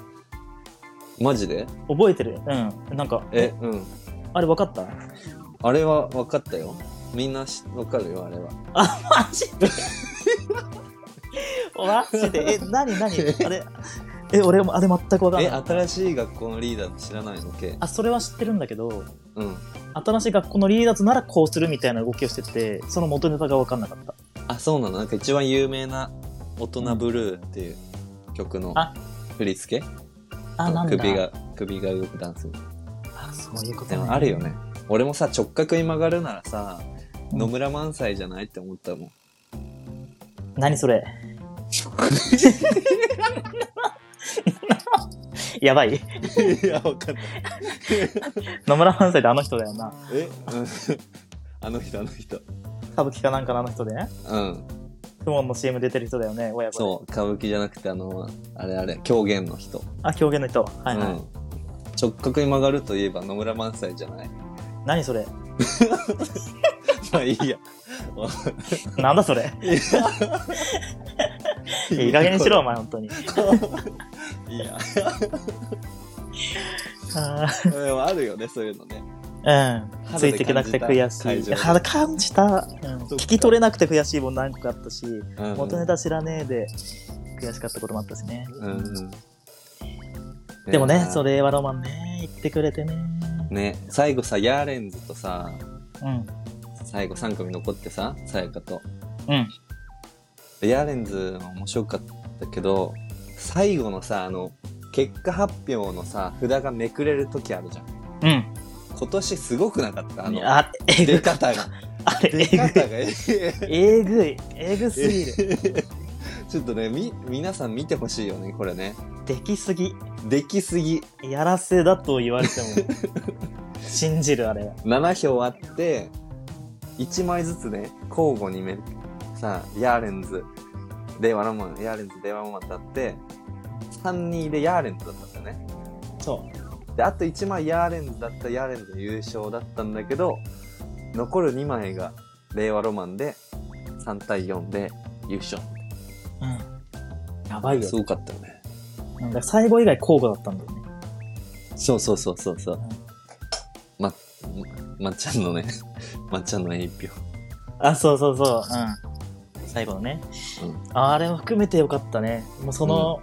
[SPEAKER 1] マジで
[SPEAKER 2] 覚えてるうん。なんか、
[SPEAKER 1] えうん
[SPEAKER 2] あれ分かった
[SPEAKER 1] あれは分かったよ。みんなし分かるよ、あれは。
[SPEAKER 2] マジで *laughs* マジでえ、なになにあれ、え、俺もあれ全く分かん
[SPEAKER 1] え、
[SPEAKER 2] ない。
[SPEAKER 1] 新しい学校のリーダーって知らないのけ
[SPEAKER 2] あ、それは知ってるんだけど、
[SPEAKER 1] うん。
[SPEAKER 2] 新しい学校のリーダーズならこうするみたいな動きをしてて、その元ネタが分かんなかった。
[SPEAKER 1] あ、そうなのなんか一番有名な、大人ブルーっていう曲の
[SPEAKER 2] あ
[SPEAKER 1] 振り付け
[SPEAKER 2] あ、なんだ。
[SPEAKER 1] 首が、首が動くダンス。
[SPEAKER 2] あ、そういうこと
[SPEAKER 1] で
[SPEAKER 2] ね
[SPEAKER 1] もあるよね。俺もさ、直角に曲がるならさ、
[SPEAKER 2] うん
[SPEAKER 1] 野村萬斎じゃないって思った
[SPEAKER 2] *laughs*
[SPEAKER 1] もん。
[SPEAKER 2] 何それやばい
[SPEAKER 1] いや、分かんない。
[SPEAKER 2] 野村萬斎であの人だよな
[SPEAKER 1] え、 *laughs* うん、あの人、あの人。
[SPEAKER 2] 歌舞伎かなんかのあの人でね
[SPEAKER 1] うん。
[SPEAKER 2] クモンの CM 出てる人だよね親子で
[SPEAKER 1] そう、歌舞伎じゃなくて、あの、あれあれ、狂言の人。
[SPEAKER 2] あ狂言の人はいはい、
[SPEAKER 1] うん直角に曲がるといえば野村萬斎じゃない *laughs*
[SPEAKER 2] 何それ
[SPEAKER 1] まあいいや。
[SPEAKER 2] なんだそ
[SPEAKER 1] *laughs*
[SPEAKER 2] れいい加減にしろお前本当
[SPEAKER 1] *laughs*
[SPEAKER 2] に
[SPEAKER 1] いや。
[SPEAKER 2] あ
[SPEAKER 1] でもあるよね、そういうのね。
[SPEAKER 2] ーうん
[SPEAKER 1] 肌で感じた
[SPEAKER 2] ついていけなくて悔
[SPEAKER 1] 会
[SPEAKER 2] しい
[SPEAKER 1] 場
[SPEAKER 2] 肌感じた、うん、
[SPEAKER 1] か
[SPEAKER 2] 聞き取れなくて悔しいもん何個かあったし
[SPEAKER 1] うん
[SPEAKER 2] 元ネタ知らねえで悔しかったこともあったしね、
[SPEAKER 1] うんうん。
[SPEAKER 2] でも
[SPEAKER 1] い
[SPEAKER 2] ね
[SPEAKER 1] やー
[SPEAKER 2] そ。れはロマンね言ってくれてね
[SPEAKER 1] ね、最後さ、ヤーレンズとさ、
[SPEAKER 2] うん
[SPEAKER 1] 最後3組残ってさ、さやかと。
[SPEAKER 2] うん
[SPEAKER 1] でヤーレンズも面白かったけど、最後のさ、あの、結果発表のさ、札がめくれる時あるじゃん。
[SPEAKER 2] うん
[SPEAKER 1] 今年すごくなかったあの、
[SPEAKER 2] あ、え
[SPEAKER 1] 出
[SPEAKER 2] ぐか
[SPEAKER 1] 方
[SPEAKER 2] *laughs*
[SPEAKER 1] が。
[SPEAKER 2] あれ、
[SPEAKER 1] 出方がえぐい。
[SPEAKER 2] えぐい。えぐすぎる。 *laughs*
[SPEAKER 1] *laughs* ちょっとねみ皆さん見てほしいよねこれね
[SPEAKER 2] できすぎ。
[SPEAKER 1] できすぎ
[SPEAKER 2] やらせだと言われて
[SPEAKER 1] *laughs*
[SPEAKER 2] も。信じる、あれは。
[SPEAKER 1] 7票あって1枚ずつね交互にめさあヤーレンズ令和ロマンヤーレンズ令和ロマンだって3-2でヤーレンズだったんだよね
[SPEAKER 2] そ
[SPEAKER 1] であと1枚ヤーレンズだったヤーレンズの優勝だったんだけど残る2枚が令和ロマンで3対4で優勝
[SPEAKER 2] う。うん。やばいよ
[SPEAKER 1] す。ごかったよね
[SPEAKER 2] なんか最後以外交互だったんだよね。
[SPEAKER 1] そうそうそうそうそう、ままっちゃんのね、 *laughs* まっちゃんの一票。
[SPEAKER 2] あ、そうそうそう。うん。最後のね。
[SPEAKER 1] うん
[SPEAKER 2] あれも含めてよかったね。もうその、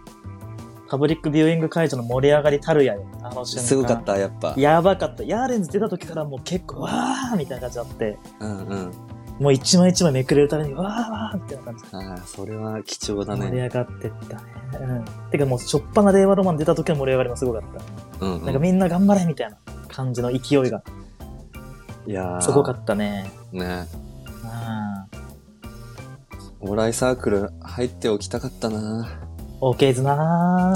[SPEAKER 2] パブリックビューイング会場の盛り上がりたるやよ。あの瞬間。
[SPEAKER 1] すごかっ。た、やっぱ。
[SPEAKER 2] やばかった。ヤーレンズ出た時からもう結構、わーみたいな感じあって、
[SPEAKER 1] うんうん。
[SPEAKER 2] もう一枚一枚めくれるために、わーわーみたいな感じ。
[SPEAKER 1] ああ、それは貴重だ
[SPEAKER 2] 盛り
[SPEAKER 1] ね。
[SPEAKER 2] 上がってったね。うん。てかもう、しょっぱな令和ロマン出た時の盛り上がりもすごかった。
[SPEAKER 1] うん、うん。
[SPEAKER 2] なんかみんな頑張れみたいな感じの勢いが、
[SPEAKER 1] いやー
[SPEAKER 2] すごかったね。
[SPEAKER 1] ね。
[SPEAKER 2] う
[SPEAKER 1] お
[SPEAKER 2] ん。
[SPEAKER 1] 笑いサークル入っておきたかったな。
[SPEAKER 2] オーケーズな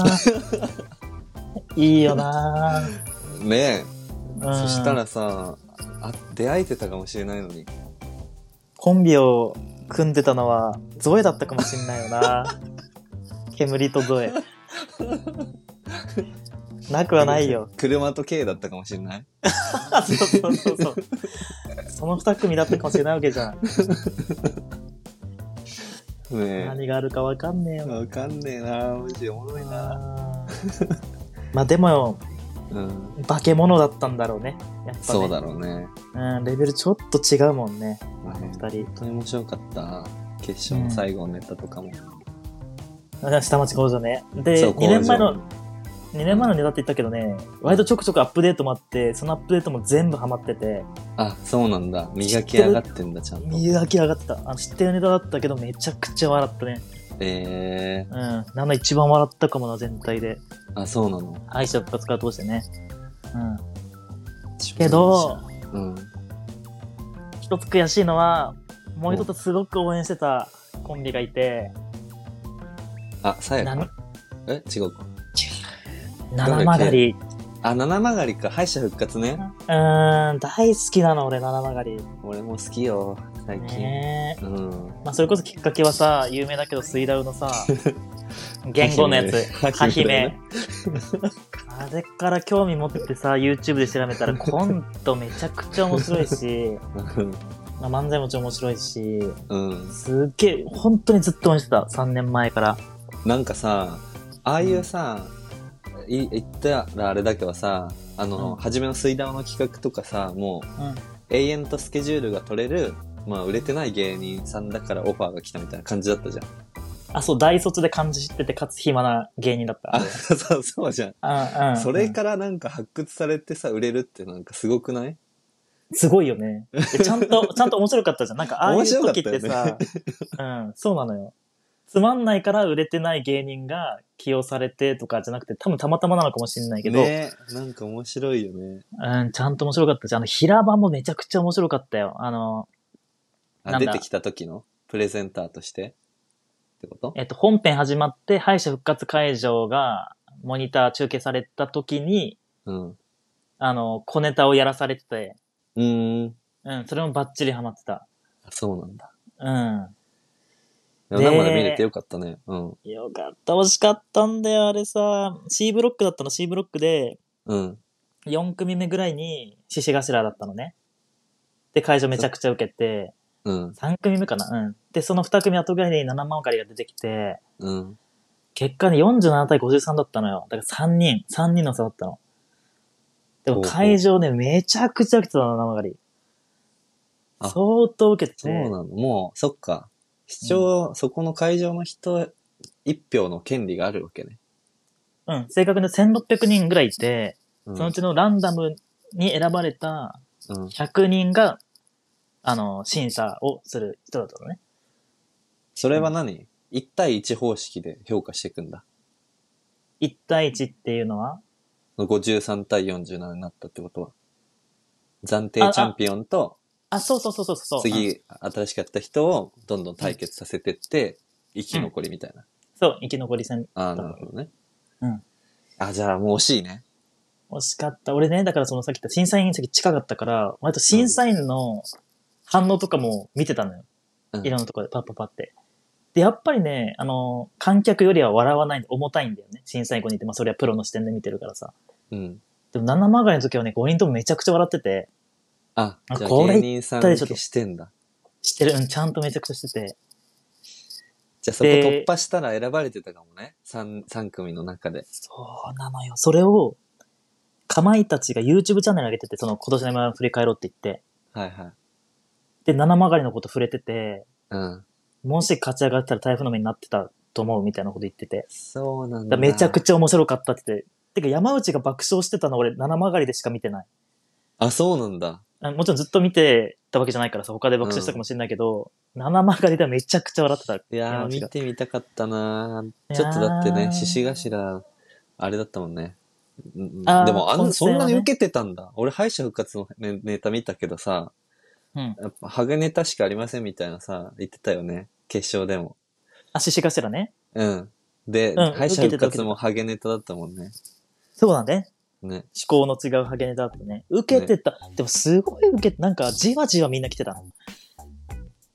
[SPEAKER 1] *laughs*
[SPEAKER 2] ーいいよなー
[SPEAKER 1] ねえ、
[SPEAKER 2] うん
[SPEAKER 1] そしたらさ、あ、出会えてたかもしれないのに。
[SPEAKER 2] コンビを組んでたのはゾエだったかもしんないよ *laughs* な煙とゾエなくはない *laughs* よ
[SPEAKER 1] 車と K だったかもしれない。
[SPEAKER 2] そうそうそうそうその2組だったかもしれないわけじゃん
[SPEAKER 1] ね
[SPEAKER 2] 何があるかわかんねえ
[SPEAKER 1] え。
[SPEAKER 2] よ
[SPEAKER 1] わかんねえな。マジでおもろいな。
[SPEAKER 2] なまあでも
[SPEAKER 1] うん。
[SPEAKER 2] 化け物だったんだろうねやっぱね
[SPEAKER 1] そうだろうね。
[SPEAKER 2] うん、レベルちょっと違うもんね
[SPEAKER 1] まあね
[SPEAKER 2] 2人
[SPEAKER 1] 本当に面白かった。決勝の最後のネタとかも。
[SPEAKER 2] あ下町工場ねで
[SPEAKER 1] そう
[SPEAKER 2] 2年前の
[SPEAKER 1] 工
[SPEAKER 2] 2年前のネタって言ったけどね、割とちょくちょくアップデートもあって、そのアップデートも全部ハマってて、
[SPEAKER 1] 場あ、そうなんだ。磨き上がってんだ、ちゃんと。
[SPEAKER 2] 磨き上がってた。あの知ってるネタだったけど、めちゃくちゃ笑ったね。
[SPEAKER 1] ええ
[SPEAKER 2] うん。なんだ一番笑ったかもな、全体で。
[SPEAKER 1] ー。あ、そうなの。
[SPEAKER 2] 敗者復活から通してね。うん。けど、
[SPEAKER 1] うん。
[SPEAKER 2] 一つ悔しいのは、もう一つすごく応援してたコンビがいて、
[SPEAKER 1] あ、さや
[SPEAKER 2] な
[SPEAKER 1] か
[SPEAKER 2] な
[SPEAKER 1] え違うか。
[SPEAKER 2] 七曲がり。
[SPEAKER 1] あ、七曲りか。敗者復活ね。
[SPEAKER 2] うーん、大好きなの、俺、七曲がり。
[SPEAKER 1] 俺も好きよ、最近。
[SPEAKER 2] ねえ。
[SPEAKER 1] うん。 *laughs*
[SPEAKER 2] まあ、それこそきっかけはさ、有名だけど、水ダウのさ、言語のやつ、
[SPEAKER 1] ハ
[SPEAKER 2] ハ
[SPEAKER 1] ヒ
[SPEAKER 2] ヒ
[SPEAKER 1] メ
[SPEAKER 2] メ。あれから興味持ってさ、YouTube で調べたら、コントめちゃくちゃ面白いし、 *laughs* まあ、漫才もちろん面白いし、
[SPEAKER 1] うん。
[SPEAKER 2] すっげえ、本当にずっと応援してた、3年前から。
[SPEAKER 1] なんかさ、ああいうさ、い言ったらあれだけどさ、あの、
[SPEAKER 2] うん
[SPEAKER 1] 初めの水道の企画とかさ、もう
[SPEAKER 2] うん。
[SPEAKER 1] 永遠とスケジュールが取れる、まあ売れてない芸人さんだからオファーが来たみたいな感じだったじゃん。
[SPEAKER 2] あ、そう、大卒で漢字知ってて、かつ暇な芸人だった
[SPEAKER 1] あ、。 *laughs* そう、そうじゃん。
[SPEAKER 2] うんうん。
[SPEAKER 1] それからなんか発掘されてさ、売れるってなんかすごくない
[SPEAKER 2] すごいよ
[SPEAKER 1] *laughs*
[SPEAKER 2] ね。でちゃんと、ちゃんと面白かったじゃん。なんか、ああいう
[SPEAKER 1] 面白かっ
[SPEAKER 2] 時
[SPEAKER 1] た
[SPEAKER 2] っ
[SPEAKER 1] よ
[SPEAKER 2] て
[SPEAKER 1] ね
[SPEAKER 2] さ、うん、そうなのよ。つまんないから売れてない芸人が起用されてとかじゃなくて、多分たまたまなのかもしれないけど、
[SPEAKER 1] ねなんか面白いよね。
[SPEAKER 2] うん、ちゃんと面白かったし、あの、平場もめちゃくちゃ面白かったよ。あの、
[SPEAKER 1] あ
[SPEAKER 2] なん
[SPEAKER 1] 出
[SPEAKER 2] だ
[SPEAKER 1] てきた時のプレゼンターとしてってこと
[SPEAKER 2] えっと、本編始まって、敗者復活会場が、モニター中継された時に、
[SPEAKER 1] うん。う
[SPEAKER 2] あの、小ネタをやらされてて、
[SPEAKER 1] ーん。
[SPEAKER 2] うん、それもバッチリハマってた。
[SPEAKER 1] あそうなんだ。
[SPEAKER 2] うん。
[SPEAKER 1] 生
[SPEAKER 2] ねえ
[SPEAKER 1] で見れてよかったね。うん。
[SPEAKER 2] よかった、惜しかったんだよ、あれさ。C ブロックだったの、C ブロックで、
[SPEAKER 1] うん。
[SPEAKER 2] 4組目ぐらいに、獅子頭だったのね。で、会場めちゃくちゃ受けて、
[SPEAKER 1] うん。
[SPEAKER 2] 3組目かなうん。で、その2組後ぐらいに7万かりが出てきて、
[SPEAKER 1] うん。
[SPEAKER 2] 結果ね、47対53だったのよ。だから3人、3人の差だったの。でも
[SPEAKER 1] ほうほう
[SPEAKER 2] 会場ね、めちゃくちゃ受けてたの、7曲がり。
[SPEAKER 1] あ
[SPEAKER 2] 相当受けて
[SPEAKER 1] そう
[SPEAKER 2] て。
[SPEAKER 1] なの。もう、そっか。視聴、そこの会場の人、一票の権利があるわけね。
[SPEAKER 2] うん。正確に1600人ぐらいいて、
[SPEAKER 1] うん。
[SPEAKER 2] そのうちのランダムに選ばれた
[SPEAKER 1] うん、
[SPEAKER 2] 100人が、あの、審査をする人だったのね。
[SPEAKER 1] それは何一対一方式で評価していくんだ。
[SPEAKER 2] 1対1っていうのは
[SPEAKER 1] 53対47になったってことは。暫定チャンピオンと、
[SPEAKER 2] あ、そうそうそうそうそう。うん
[SPEAKER 1] 次、新しくやった人をどんどん対決させてって、生き残りみたいな。
[SPEAKER 2] そう、生き残り戦。
[SPEAKER 1] ああ、なるほどね。
[SPEAKER 2] うん。
[SPEAKER 1] あ、じゃあもう惜しいね。
[SPEAKER 2] 惜しかった。俺ね、だからそのさっき言った審査員席近かったから、割と審査員の反応とかも見てたのよ。
[SPEAKER 1] うん
[SPEAKER 2] いろんなところでパッパッパって。で、やっぱりね、あの、観客よりは笑わないんで重たいんだよね。審査員5人って、まあそれはプロの視点で見てるからさ。
[SPEAKER 1] うん。
[SPEAKER 2] でも七曲がりの時はね、5人ともめちゃくちゃ笑ってて、
[SPEAKER 1] あ、
[SPEAKER 2] あ
[SPEAKER 1] じゃあ
[SPEAKER 2] これ
[SPEAKER 1] 芸人さん
[SPEAKER 2] 一体ち
[SPEAKER 1] 受
[SPEAKER 2] ょっと
[SPEAKER 1] けしてんだ。
[SPEAKER 2] 知ってる、うん、ちゃんとめちゃくちゃしてて。
[SPEAKER 1] じゃあそこ
[SPEAKER 2] で
[SPEAKER 1] 突破したら選ばれてたかもね。三、三組の中で。
[SPEAKER 2] そうなのよ。それを、かまいたちが YouTube チャンネル上げてて、その今年の M1 振り返ろうって言って、
[SPEAKER 1] はいはい。
[SPEAKER 2] で、七曲りのこと触れてて、
[SPEAKER 1] うん。
[SPEAKER 2] もし勝ち上がったら台風の目になってたと思うみたいなこと言ってて、
[SPEAKER 1] そうなんだ。
[SPEAKER 2] だからめちゃくちゃ面白かったって言って、てか山内が爆笑してたの俺七曲りでしか見てない。
[SPEAKER 1] あ、そうなんだ。
[SPEAKER 2] あもちろんずっと見てたわけじゃないからさ、他で爆笑したかもしれないけど、七曲りではめちゃくちゃ笑ってた。
[SPEAKER 1] いやー、
[SPEAKER 2] 山内
[SPEAKER 1] 見
[SPEAKER 2] が
[SPEAKER 1] てみたかったなー
[SPEAKER 2] い
[SPEAKER 1] ち
[SPEAKER 2] やー
[SPEAKER 1] ょっとだってね、獅子頭、あれだったもんね。うんうん
[SPEAKER 2] あー
[SPEAKER 1] でもあん、
[SPEAKER 2] 混
[SPEAKER 1] そ
[SPEAKER 2] 戦は
[SPEAKER 1] んな
[SPEAKER 2] ね
[SPEAKER 1] に受けてたんだ。俺、敗者復活のネネタ見たけどさ、
[SPEAKER 2] うん。
[SPEAKER 1] やっぱ、ハグネタしかありませんみたいなさ、言ってたよね。決勝でも。
[SPEAKER 2] あ、獅子頭ね。
[SPEAKER 1] うん。で、
[SPEAKER 2] うん
[SPEAKER 1] 敗者
[SPEAKER 2] 受け
[SPEAKER 1] 復
[SPEAKER 2] てた
[SPEAKER 1] 活もハゲネタだったもんね。
[SPEAKER 2] そうだね。
[SPEAKER 1] ね。
[SPEAKER 2] 思考の違うハゲネタだったね。受けてた。でもすごい受けて、なんかじわじわみんな来てた。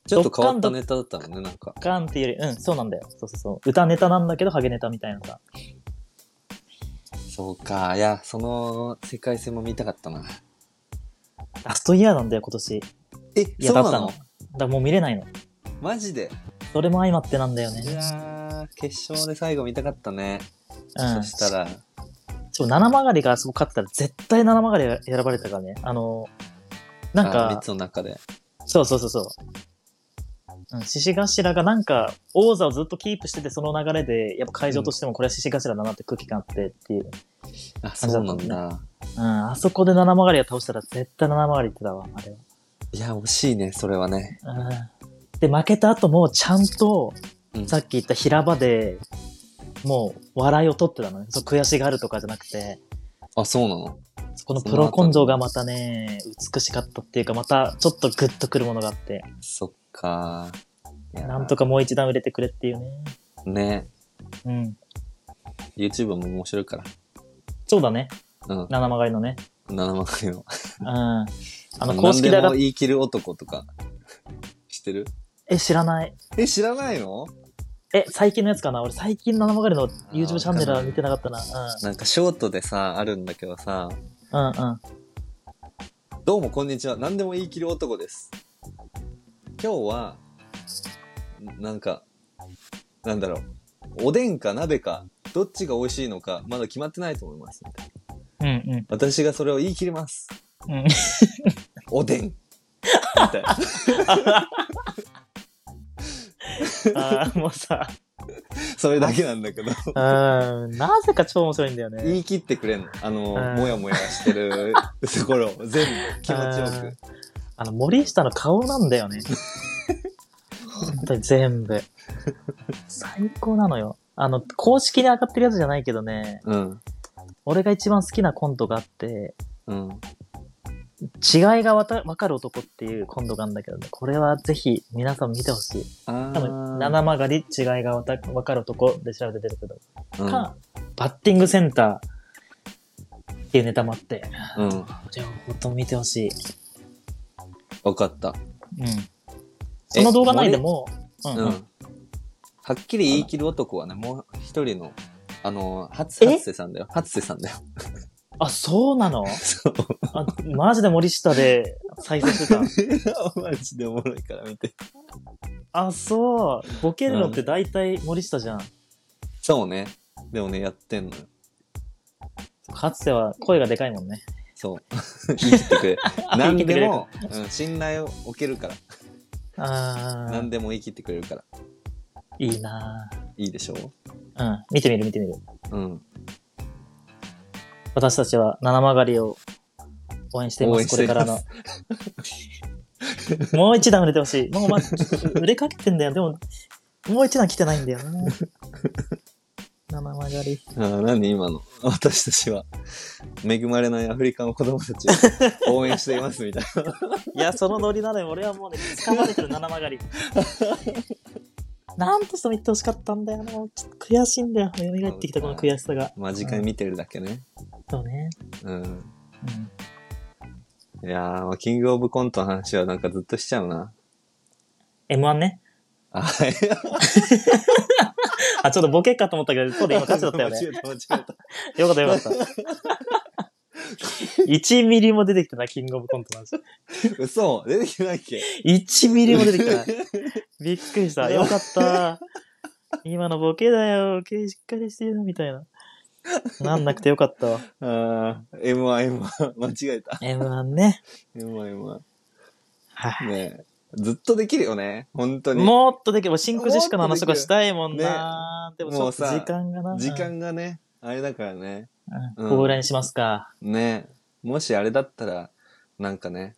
[SPEAKER 1] ちょっと変わった
[SPEAKER 2] ドッカンド
[SPEAKER 1] ネタだったもんね、なんか。
[SPEAKER 2] ガンっていうより、うん、そうなんだよ。そうそうそう。歌ネタなんだけど、ハゲネタみたいなさ。
[SPEAKER 1] そうか。いや、その世界戦も見たかったな。
[SPEAKER 2] ラストイヤーなんだよ、今年。い
[SPEAKER 1] え、
[SPEAKER 2] や、
[SPEAKER 1] そう
[SPEAKER 2] だ
[SPEAKER 1] な
[SPEAKER 2] った
[SPEAKER 1] の
[SPEAKER 2] の。だからもう見れないの。
[SPEAKER 1] マジで
[SPEAKER 2] それも相まってなんだよ
[SPEAKER 1] い
[SPEAKER 2] ね。
[SPEAKER 1] やー、決勝で最後見たかったね。
[SPEAKER 2] う
[SPEAKER 1] そ
[SPEAKER 2] ん。
[SPEAKER 1] したら、
[SPEAKER 2] そう、七曲りがあそこ勝ってたら、絶対七曲りが選ばれたからね。あの、なん
[SPEAKER 1] あ
[SPEAKER 2] か
[SPEAKER 1] 3、つの中で。
[SPEAKER 2] そうそうそうそう。うん、獅子頭がなんか、王座をずっとキープしてて、その流れで、やっぱ会場としてもこれは獅子頭だなって空気感あってっていう。
[SPEAKER 1] あ、そうなん
[SPEAKER 2] 感じだ
[SPEAKER 1] だ。
[SPEAKER 2] うん、あそこで七曲りが倒したら絶対七曲りってだわ、あれは。
[SPEAKER 1] いや、惜しいね、それはね。
[SPEAKER 2] うん。で、負けた後もちゃんと、
[SPEAKER 1] うん
[SPEAKER 2] さっき言った平場で、もう笑いを取ってたのね。そう悔しがるとかじゃなくて、
[SPEAKER 1] あ、そうなの
[SPEAKER 2] そこのプロ根性がまたね、美しかったっていうか、またちょっとグッとくるものがあって、
[SPEAKER 1] そっかー。いやー
[SPEAKER 2] なんとかもう一段売れてくれっていうね。
[SPEAKER 1] ね。
[SPEAKER 2] うん。
[SPEAKER 1] YouTube も面白いから。
[SPEAKER 2] そうだね。
[SPEAKER 1] うん。
[SPEAKER 2] 七曲りのね。
[SPEAKER 1] 七曲りの。
[SPEAKER 2] うん。あ
[SPEAKER 1] あ
[SPEAKER 2] の、公式で上が
[SPEAKER 1] 何
[SPEAKER 2] っ
[SPEAKER 1] でも言い切る男とか。 *laughs* 知ってる
[SPEAKER 2] え、知らない。
[SPEAKER 1] *laughs* え、知らないの
[SPEAKER 2] え、最近のやつかな俺最近七曲りの YouTube チャンネルは見てなかったな。
[SPEAKER 1] なんかショートでさ、あるんだけどさ、
[SPEAKER 2] うん。うんうん。
[SPEAKER 1] どうもこんにちは。何でも言い切る男です。今日は、なんか、なんだろう。おでんか鍋か、どっちが美味しいのか、まだ決まってないと思います。
[SPEAKER 2] うん
[SPEAKER 1] 私がそれを言い切ります。
[SPEAKER 2] うん。うん。
[SPEAKER 1] *laughs* おでん。みたいな。
[SPEAKER 2] ああ、もうさ、
[SPEAKER 1] それだけなんだけど。
[SPEAKER 2] うん。なぜか超面白いんだよね。
[SPEAKER 1] 言い切ってくれんの。あの、
[SPEAKER 2] うん
[SPEAKER 1] もやもやして
[SPEAKER 2] *laughs*
[SPEAKER 1] るところを全部気持ちよ
[SPEAKER 2] うんあの、森下の顔なんだよね。本当に全部。最高なのよ。あの、公式に上がってるやつじゃないけどね、
[SPEAKER 1] く。うん。
[SPEAKER 2] 俺が一番好きなコントがあって、
[SPEAKER 1] うん。
[SPEAKER 2] 違いがわたわかる男っていうコントがあるんだけどね、これはぜひ皆さん見てほしい。
[SPEAKER 1] あー
[SPEAKER 2] 多分、七曲り違いがわたわかる男で調べて出てくる
[SPEAKER 1] う
[SPEAKER 2] と
[SPEAKER 1] ん
[SPEAKER 2] か、バッティングセンターっていうネタもあって、
[SPEAKER 1] うん。
[SPEAKER 2] 両方とも見てほしい。
[SPEAKER 1] わかった。
[SPEAKER 2] うん。その動画内でも、うん
[SPEAKER 1] う
[SPEAKER 2] うんん。
[SPEAKER 1] はっきり言い切る男はね、もう一人の、あの、初、初瀬さんだよ。初瀬さんだ
[SPEAKER 2] *laughs*
[SPEAKER 1] よ。
[SPEAKER 2] あ、そうなの
[SPEAKER 1] そう。
[SPEAKER 2] あ、マジで森下で再生してた。
[SPEAKER 1] マジでおもろいから見て。
[SPEAKER 2] あ、そう。ボケるのって大体森下じゃん。
[SPEAKER 1] そうね。でもね、やってんのよ。
[SPEAKER 2] かつては声がでかいもんね。 *laughs*
[SPEAKER 1] そう。言い切ってくれ。何
[SPEAKER 2] 言い切ってく
[SPEAKER 1] で
[SPEAKER 2] れる
[SPEAKER 1] も、うん、信頼を置けるから。
[SPEAKER 2] あ
[SPEAKER 1] 何
[SPEAKER 2] ー
[SPEAKER 1] でも言い切ってくれるから。
[SPEAKER 2] いいない
[SPEAKER 1] いでしょう
[SPEAKER 2] ぁうん。見てみる見てみる。
[SPEAKER 1] うん。
[SPEAKER 2] 私たちは七曲りを応援していま
[SPEAKER 1] 応
[SPEAKER 2] す。
[SPEAKER 1] 援し
[SPEAKER 2] こ
[SPEAKER 1] てい
[SPEAKER 2] れ
[SPEAKER 1] ま
[SPEAKER 2] か
[SPEAKER 1] す
[SPEAKER 2] らの。もう一段売れてほしい。もうま、売れかけてんだよ。でも、もう一段来てないんだよな。七曲り。
[SPEAKER 1] ああ、何今の。私たちは、恵まれないアフリカの子供たちを応援していますみたいな。
[SPEAKER 2] *laughs* いや、そ
[SPEAKER 1] *laughs*
[SPEAKER 2] のノリなのよ。俺はもうね、掴まれてる、七曲がり。なんとしても言ってほしかったんだよな。もうちょっと悔しいんだよ。蘇ってきた、この悔しさが。
[SPEAKER 1] 間近に見てるだけね。
[SPEAKER 2] そうね。
[SPEAKER 1] うん。
[SPEAKER 2] うん。
[SPEAKER 1] いやー、まあキングオブコントの話はなんかずっとしちゃうな。
[SPEAKER 2] M1 ね。
[SPEAKER 1] あ、はい。
[SPEAKER 2] あ、ちょっとボケかと思ったけど、そうで今、ガチだったよ
[SPEAKER 1] *laughs*
[SPEAKER 2] ね。
[SPEAKER 1] 間違えた、間違えた。
[SPEAKER 2] よかった、よかった。1ミリも出てきてない、キングオブコントの話。
[SPEAKER 1] 嘘出てきてないっけ
[SPEAKER 2] 1ミリも出てきてない。びっくりした。よかった。今のボケだよ。ボケしっかりしてるみたいな。なんなくてよかったわ。
[SPEAKER 1] ああ、M1、M1。間違えた。
[SPEAKER 2] M1 ね。
[SPEAKER 1] M1、
[SPEAKER 2] はい
[SPEAKER 1] M1。ねえずっとできるよね。本当に。
[SPEAKER 2] もっとできれば、シンクジェシカの話とかしたいもんな。でもちょ
[SPEAKER 1] もう
[SPEAKER 2] っと
[SPEAKER 1] さ
[SPEAKER 2] 時間がな。
[SPEAKER 1] 時間がね、あれだからね。
[SPEAKER 2] う。
[SPEAKER 1] うんん
[SPEAKER 2] ここぐらいにしますか。
[SPEAKER 1] ねもしあれだったら、なんかね、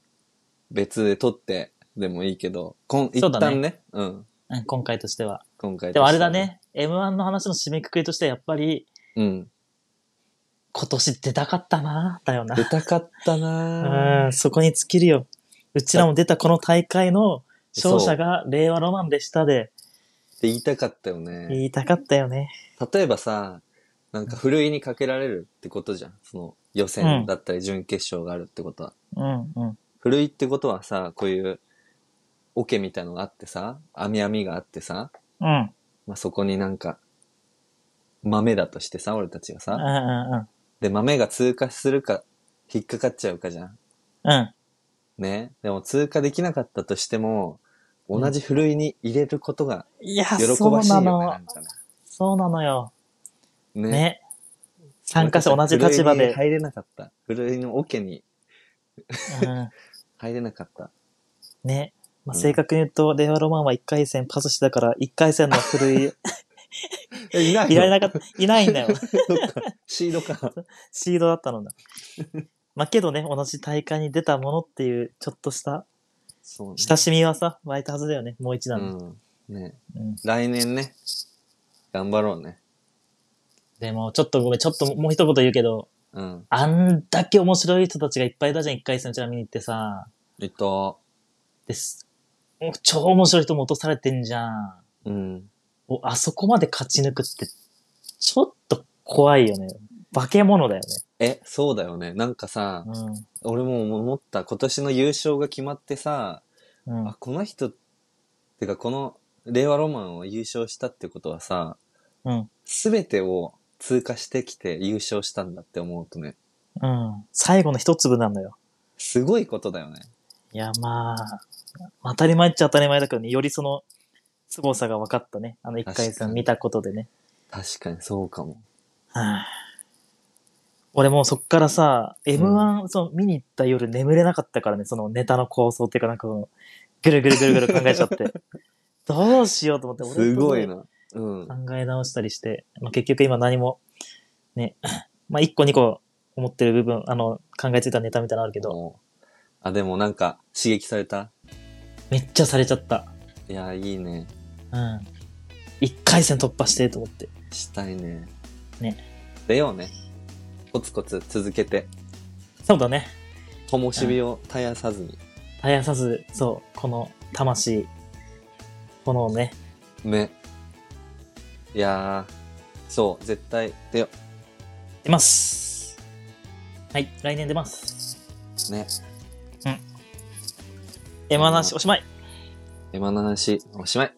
[SPEAKER 1] 別で撮ってでもいいけど、こん一
[SPEAKER 2] そうだね
[SPEAKER 1] 旦ね、うん。
[SPEAKER 2] うん、今回としては。
[SPEAKER 1] 今回
[SPEAKER 2] でもあれだ。ね。M1 の話の締めくくりとしては、やっぱり、
[SPEAKER 1] うん。
[SPEAKER 2] 今年出たかったな。だよな
[SPEAKER 1] 出。たかったな
[SPEAKER 2] うん、そこに尽きるよ。うちらも出たこの大会の勝者が令和ロマンでしたで
[SPEAKER 1] って言いたかったよね。
[SPEAKER 2] 言いたかったよね。
[SPEAKER 1] 例えばさ、なんか、ふるいにかけられるってことじゃん。その、予選だったり、準決勝があるってことは。
[SPEAKER 2] うんうん。
[SPEAKER 1] ふるいってことはさ、こういう、桶みたいのがあってさ、網網があってさ、
[SPEAKER 2] うん。うん
[SPEAKER 1] まあ、そこになんか、豆だとしてさ、俺たちがさ、
[SPEAKER 2] うん
[SPEAKER 1] で、豆が通過するか、引っかかっちゃうかじゃん。
[SPEAKER 2] うん。うん。
[SPEAKER 1] ね。でも通過できなかったとしても、同じふるいに入れることが
[SPEAKER 2] いや、
[SPEAKER 1] 喜
[SPEAKER 2] そう
[SPEAKER 1] ばしいよ
[SPEAKER 2] な
[SPEAKER 1] ね。
[SPEAKER 2] の
[SPEAKER 1] な。んかね
[SPEAKER 2] そうなのよ。
[SPEAKER 1] ね
[SPEAKER 2] ね。参加者同じ立場
[SPEAKER 1] ふるいに
[SPEAKER 2] で。
[SPEAKER 1] 入れなかった。ふるいの桶に
[SPEAKER 2] うん
[SPEAKER 1] 入れなかった。
[SPEAKER 2] ね。まあ、
[SPEAKER 1] うん
[SPEAKER 2] 正確に言うと、令和ロマンは1回戦パスしてたから、1回戦の
[SPEAKER 1] *laughs*
[SPEAKER 2] 古い、
[SPEAKER 1] え、いない
[SPEAKER 2] いられ
[SPEAKER 1] の
[SPEAKER 2] なかった、いないんだよ。
[SPEAKER 1] そっかシードか。
[SPEAKER 2] シードだったのだ。まあ、けどね、同じ大会に出たものっていう、ちょっとした
[SPEAKER 1] そうね。
[SPEAKER 2] 親しみはさ、湧いたはずだよね、もう一段。
[SPEAKER 1] うん。ね。
[SPEAKER 2] うん
[SPEAKER 1] 来年ね。頑張ろうね。
[SPEAKER 2] でも、ちょっとごめん、ちょっともう一言言うけど、
[SPEAKER 1] うん。
[SPEAKER 2] あんだけ面白い人たちがいっぱいいたじゃん、一回戦うちら見に行ってさ。
[SPEAKER 1] えっと、
[SPEAKER 2] です。もう超面白い人も落とされてんじゃん。
[SPEAKER 1] うん。
[SPEAKER 2] おあそこまで勝ち抜くって、ちょっと怖いよね。化け物だよ
[SPEAKER 1] え、そうだよね。なんかさ、
[SPEAKER 2] ね。
[SPEAKER 1] 俺も思った。今年の優勝が決まってさ、
[SPEAKER 2] うん。うん
[SPEAKER 1] あ、この人、てかこの令和ロマンを優勝したってことはさ、
[SPEAKER 2] うん。
[SPEAKER 1] すべてを通過してきて優勝したんだって思うとね、
[SPEAKER 2] うん。最後の一粒なのよ。
[SPEAKER 1] すごいことだよね。
[SPEAKER 2] いや、まあ、当たり前っちゃ当たり前だけどね、よりその、凄さが分かったね。あの一回
[SPEAKER 1] 確か
[SPEAKER 2] 戦
[SPEAKER 1] に
[SPEAKER 2] 見たことでね。
[SPEAKER 1] 確かにそうかも。
[SPEAKER 2] はあ俺もうそっからさ、M1、その見に行った夜眠れなかったからね、そのネタの構想っていうかなんかその、ぐるぐるぐるぐる考えち
[SPEAKER 1] *laughs*
[SPEAKER 2] ゃって。どうしようと思って、
[SPEAKER 1] すごい
[SPEAKER 2] な
[SPEAKER 1] な。うん。
[SPEAKER 2] 考え直したりして、まあ、結局今何も、ね、まあ1個2個思ってる部分、あの、考えついたネタみたいなのあるけど、
[SPEAKER 1] もうあ、でもなんか刺激された
[SPEAKER 2] めっちゃされちゃった。
[SPEAKER 1] いや、いいね。
[SPEAKER 2] うん。1回戦突破してと思って。
[SPEAKER 1] したいね。
[SPEAKER 2] ね。
[SPEAKER 1] 出ようね。コツコツ続けて、
[SPEAKER 2] そうだね。
[SPEAKER 1] 灯火を絶やさずに。
[SPEAKER 2] 絶やさず、そう、この魂、炎をね、
[SPEAKER 1] ね。いやー、そう、絶対出よ
[SPEAKER 2] 出ます。はい、来年出ます。
[SPEAKER 1] う。ね。
[SPEAKER 2] M 話おしまい。
[SPEAKER 1] 今の話、おしまい。